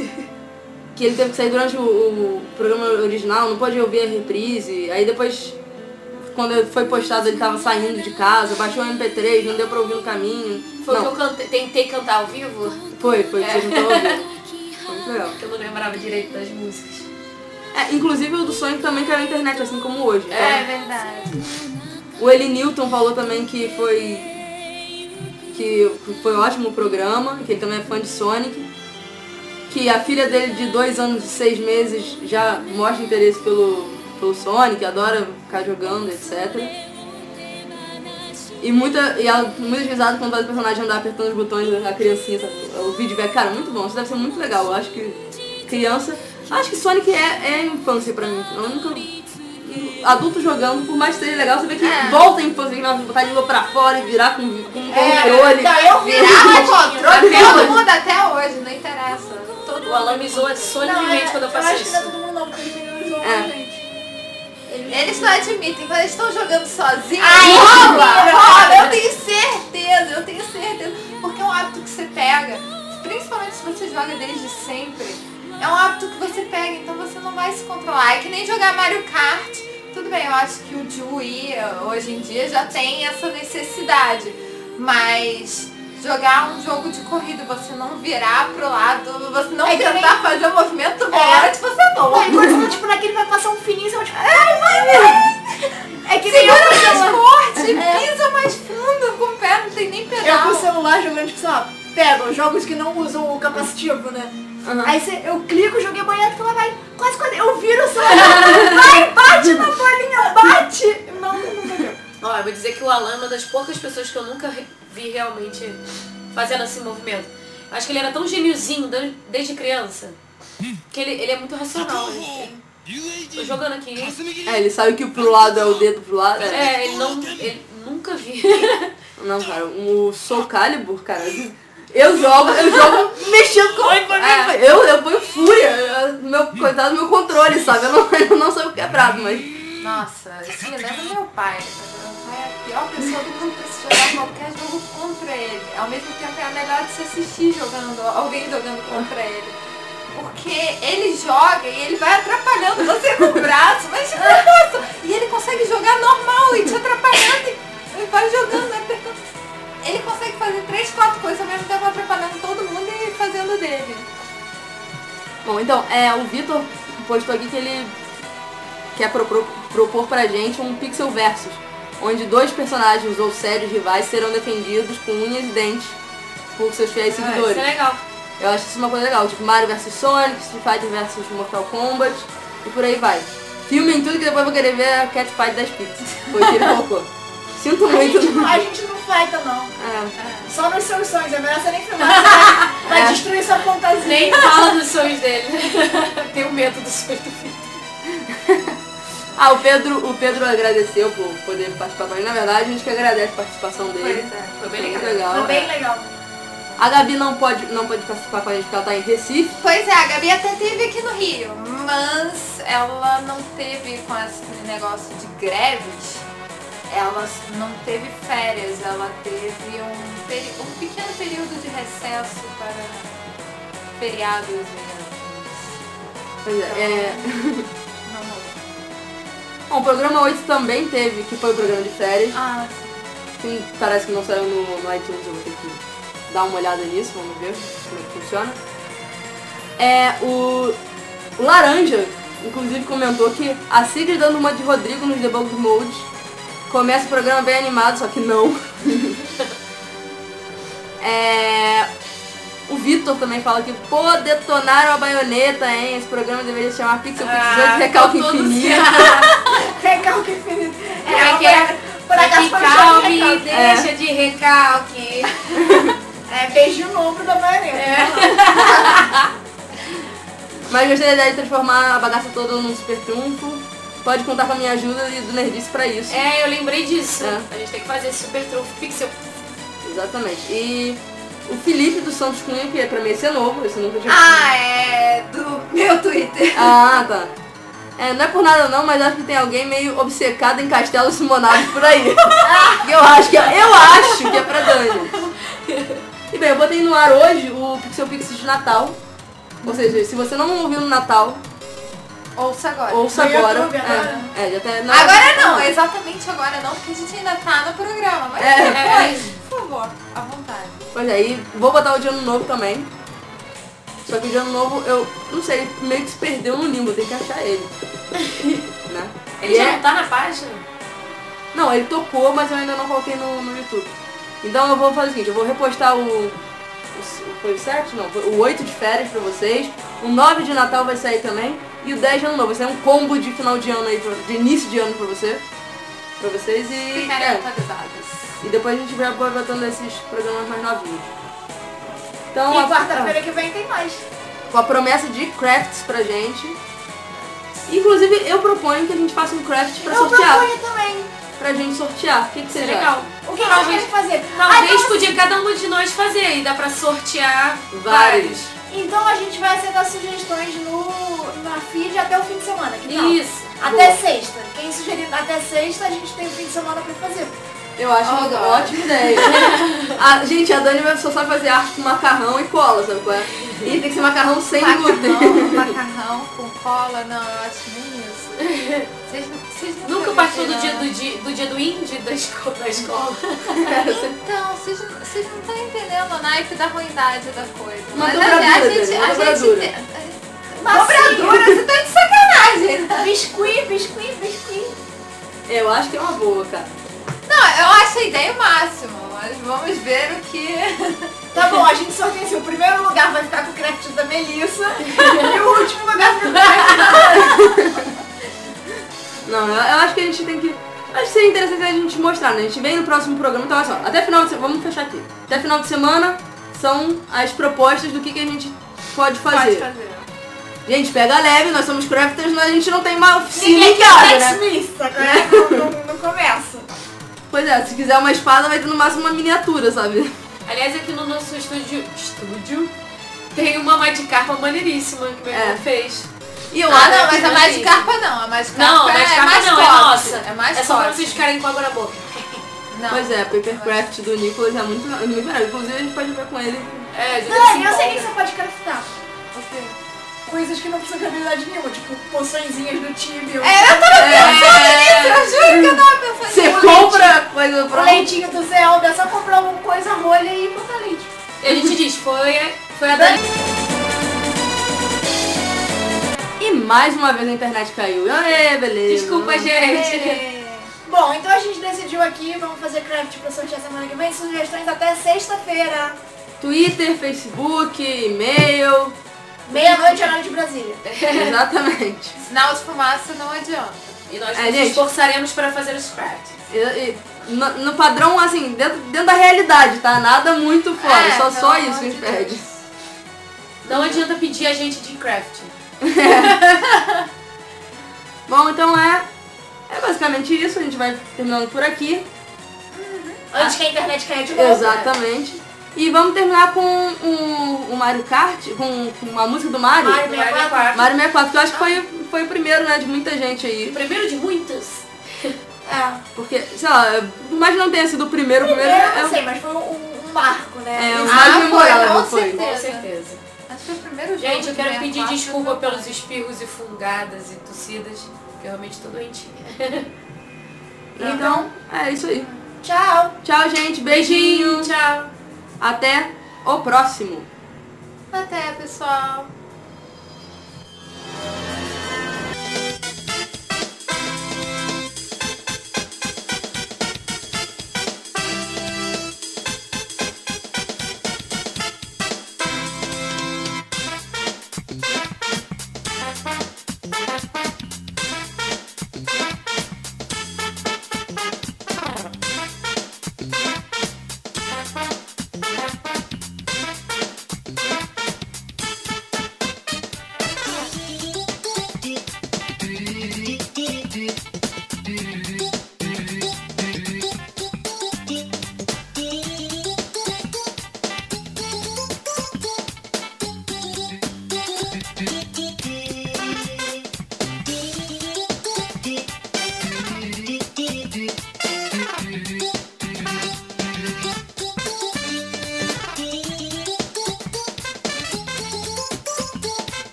que ele teve que sair durante o, o programa original, não pôde ouvir a reprise, aí depois, quando foi postado, ele tava saindo de casa, baixou o MP3, não deu pra ouvir no caminho.
Foi o que É.
não,
eu cantei, tentei cantar ao vivo,
foi, foi, que vocês não estão ouvindo. Foi muito legal.
que eu não lembrava direito das músicas.
É, inclusive o do Sonic também caiu na internet, assim como hoje. então-
É verdade.
O Eli Newton falou também que foi que foi um ótimo programa, que ele também é fã de Sonic, que a filha dele de dois anos e seis meses já mostra interesse pelo, pelo Sonic, adora ficar jogando, etc. E, muita, e ela, muitas risadas quando faz o personagem andar apertando os botões da criancinha, sabe? o vídeo vai, cara, muito bom, isso deve ser muito legal, eu acho que criança, acho que Sonic é, é infância pra mim, eu nunca adulto jogando, por mais que seja legal, você vê que volta a infância, que vai botar a língua pra fora e virar com, com
é
controle.
Não, eu vi.
Virar o
tá
controle, todo mundo até hoje, não interessa. Todo
O Alan me zoa
Não, é,
solenemente quando eu
eu
faço
acho que
isso.
não é todo mundo não, porque os meninos zoam
É.
a gente.
Eles não admitem, quando eles estão jogando sozinhos,
Ai,
rouba,
mentira!
rouba, eu tenho certeza, eu tenho certeza. Porque é um hábito que você pega, principalmente se você joga desde sempre, é um hábito que você pega, então você não vai se controlar. É que nem jogar Mario Kart, tudo bem, eu acho que o Dewey hoje em dia já tem essa necessidade, mas... Jogar um jogo de corrida, você não virar pro lado, você não
É que nem- É,
tentar fazer o movimento volante, É, você
Pô,
voa.
e quando você tá, tipo, naquele vai passar um fininho, você vai, tipo... É que nem eu
Segura
com o
mais
celular.
forte, pisa mais fundo, com o pé não tem nem
Eu com
pedal.
o celular jogando, tipo, sei lá, pega jogos que não usam o capacitivo, né?
Aham.
Aí você, eu clico, joguei a boiada, ela vai, quase quase, eu viro o celular, vai, bate na bolinha, bate! Não, não, não, não.
Ó, eu vou dizer que o Alan é uma das poucas pessoas que eu nunca re- vi realmente fazendo esse movimento. Acho que ele era tão geniozinho de- desde criança que ele, ele é muito racional. Ele, ele- tô jogando aqui, hein?
É, ele sabe que o pro lado é o dedo pro lado. É.
É, ele não. Ele nunca vi.
Não, cara, o Soul Calibur, cara. Eu jogo, eu jogo mexendo com é. eu, eu ponho fúria, eu- meu, coitado do meu controle, sabe? Eu não, eu não sou quebrado, é mas.
Nossa, isso me lembra meu pai. Meu pai é a pior pessoa do mundo pra se jogar qualquer jogo contra ele. Ao mesmo tempo é a melhor de se assistir jogando, alguém jogando contra ele. Porque ele joga e ele vai atrapalhando você com o braço, mas e ele consegue jogar normal e te atrapalhando e e vai jogando, né? apertando. Ele consegue fazer três, quatro coisas ao mesmo tempo atrapalhando todo mundo e fazendo dele.
Bom, então, é, o Vitor postou aqui que ele quer propor, propor pra gente um Pixel Versus, onde dois personagens ou sérios rivais serão defendidos com unhas e dentes por seus fiéis
Ah, isso
seguidores.
é legal.
Eu acho isso uma coisa legal, tipo Mario vs Sonic, Street Fighter vs Mortal Kombat e por aí vai. Filmem tudo que depois eu vou querer ver a Catfight das pizzas. Foi o que ele colocou. Sinto
A
muito.
gente, não- a gente não fighta, não.
É.
Só nos seus sonhos, é melhor você nem filmar, você vai, vai
É.
destruir sua fantasia.
Nem fala dos sonhos dele. Tenho medo dos sonhos do filho.
Ah, o Pedro, o Pedro agradeceu por poder participar com a gente. Na verdade, a gente que agradece a participação dele.
é.
Foi bem
Muito
legal.
legal.
Foi É bem legal.
A Gabi não pode, não pode participar com a gente porque ela tá em Recife.
Pois é, a Gabi até teve aqui no Rio, mas ela não teve com esse negócio de greves, ela não teve férias, ela teve um, peri- um pequeno período de recesso para feriados e
Pois é. é,
não rolou.
Bom, o programa 8 também teve, que foi o programa de férias.
Ah,
Sim, parece que não saiu no, no iTunes, eu vou ter que dar uma olhada nisso, vamos ver como é que funciona. É, o Laranja, inclusive, comentou que a Cid dando uma de Rodrigo nos Debug Modes. Começa o programa bem animado, só que não. É, o Vitor também fala que, pô, detonaram a baioneta, hein? Esse programa deveria se chamar Pixel Pixel 18 Recalque
todo
Infinito.
Recalque É infinito.
como é que é?
Por acaso foi um jogo de
Recalque,
recalque.
deixa de recalque.
É, beijo no ombro da maioneta.
Mas gostei da ideia de transformar a bagaça toda num super trunfo. Pode contar com a minha ajuda e do Nerdice pra isso.
É, eu lembrei disso.
É.
A gente tem que fazer esse super trunfo pixel.
Exatamente. E o Felipe do Santos Cunha, que é pra mim esse é novo, esse eu nunca tinha
Ah, é do meu Twitter.
Ah, tá. É, não é por nada não, mas acho que tem alguém meio obcecado em castelos simonados por aí. eu acho que é, eu acho que é pra Dani. E bem, eu botei no ar hoje o Pixel Pix de Natal. Ou seja, se você não ouviu no Natal,
Ouça agora.
ouça
No
agora.
YouTube agora.
É, é, já até, não,
Agora não, exatamente agora não, porque a gente ainda tá no programa. Mas
É.
depois, por favor, à vontade.
Pois é, e vou botar o de ano novo também. Só que o de ano novo, eu não sei, meio que se perdeu no limbo, eu tenho que achar ele. né?
Ele
E
já
é-
não tá na página?
Não, ele tocou, mas eu ainda não coloquei no, no YouTube. Então eu vou fazer o seguinte, eu vou repostar o. o s- Foi o 7? Não, foi o 8 de férias pra vocês. O 9 de Natal vai sair também. E o 10 de ano novo. Vai ser um combo de final de ano aí, pra- de início de ano pra você. Pra vocês e.
Ficarem
é,
atualizados.
e depois a gente vai botando esses programas mais novinhos. Então,
E
a-
quarta-feira que vem tem mais.
com a promessa de crafts pra gente. Inclusive, eu proponho que a gente faça um craft pra
Eu
sortear.
proponho É também.
Pra gente sortear. O que, que
Isso é
vocês acham?
legal.
O que vocês
Talvez-
querem fazer?
Talvez podia cada um de nós fazer e dá pra sortear
Vários.
Então a gente vai aceitar sugestões no, na feed até o fim de semana. Que tal?
Isso.
Até sexta. Quem sugerir até sexta, a gente tem o fim de semana pra fazer.
Eu acho uma
God.
ótima ideia. A- gente, a Dani vai só sabe fazer arte com macarrão e cola, sabe qual é? E tem que ser macarrão sem glúten.
Macarrão, macarrão com cola, não, eu acho nem isso. Vocês, não- vocês não
Nunca partiu
conhecem,
do
não.
dia do, dia, do dia do índio da escola. Da escola.
Então, vocês não- vocês não estão entendendo o naipe da ruindade da coisa.
Uma
Mas
dobradura,
aliás, a gente.
Dani, uma
A gente
dobradura.
tem- dobradura, você tá de sacanagem.
Biscuit, biscuit, biscuit.
Eu acho que é uma boa, cara.
Não, eu acho a ideia o máximo, mas vamos ver o que.
Tá bom, a gente sorteia assim. O primeiro lugar vai ficar com o craft da Melissa. e o último lugar fica com o craft
Não, eu, eu acho que a gente tem que. Acho que seria interessante a gente mostrar, né? A gente vem no próximo programa, então olha só, até final de semana. Vamos fechar aqui. Até final de semana são as propostas do que, que a gente pode fazer.
Pode fazer.
Gente, pega leve, nós somos crafters, mas a gente não tem uma oficina
Ninguém
em casa, né?
quer Jack Smith, agora não, não, não começa.
Pois é, se quiser uma espada, vai ter no máximo uma miniatura, sabe?
Aliás, aqui no nosso estúdio. Estúdio? Tem uma Magikarpa maneiríssima que meu irmão
É.
fez.
E
Tá,
eu
Ah,
acho
não,
que
mas a
assim,
mais de carpa não. A mais de carpa,
né, Não,
é,
Magikarpa
mais
não,
forte.
é nossa.
É mais
é só pra
forte.
vocês ficarem com água na boca.
Não.
Pois é, Papercraft do Nicolas é muito, é muito melhor. Inclusive, a gente pode ver com ele.
É, de
Dani, eu sei que você pode craftar.
O quê?
Coisas que não precisam de habilidade nenhuma, tipo poçõezinhas do time. ou-
É. Eu juro que eu tava pensando
Você
nisso.
compra coisa
O
pra
um leitinho do Zelda, é só comprar alguma coisa, rolha e botar leite.
E a gente diz, foi, foi a Dani.
E mais uma vez a internet caiu. Aê, beleza.
Desculpa, gente.
É. Bom, então a gente decidiu aqui, vamos fazer craft pra sortear semana que vem. Sugestões até sexta-feira,
Twitter, Facebook, e-mail.
meia-noite, horário de Brasília.
É. Exatamente.
Sinal de fumaça não adianta.
E nós
É,
nos
gente.
esforçaremos para fazer os crafts.
E- e no, no padrão, assim, dentro, dentro da realidade, tá? Nada muito fora.
É,
só, só
pelo
isso que a
amor
gente
de
perde.
Deus.
Não adianta pedir a gente de craft.
Bom, então é. É basicamente isso. A gente vai terminando por aqui.
Antes que a internet caia de novo.
Exatamente. E vamos terminar com o um, Mario Kart, com, com uma música do Mario.
Mario 64.
Mario 64, que eu acho que foi, foi o primeiro, né, de muita gente aí.
Primeiro de muitos.
É,
Porque, sei lá, por mais que não tenha sido o primeiro, o primeiro
primeiro eu
é,
não sei, mas foi um, um marco, né?
é o
Isso.
Ah,
mais
foi,
memorável,
com
foi.
certeza.
certeza.
Acho que foi o primeiro. primeiro jogo.
Gente, eu
de
quero pedir
64
desculpa
não-
pelos espirros e fungadas e tossidas, que eu realmente tô doentinha.
Então, é isso aí.
Tchau!
Tchau, gente. Beijinho. Tchau. Até o próximo.
Até, pessoal.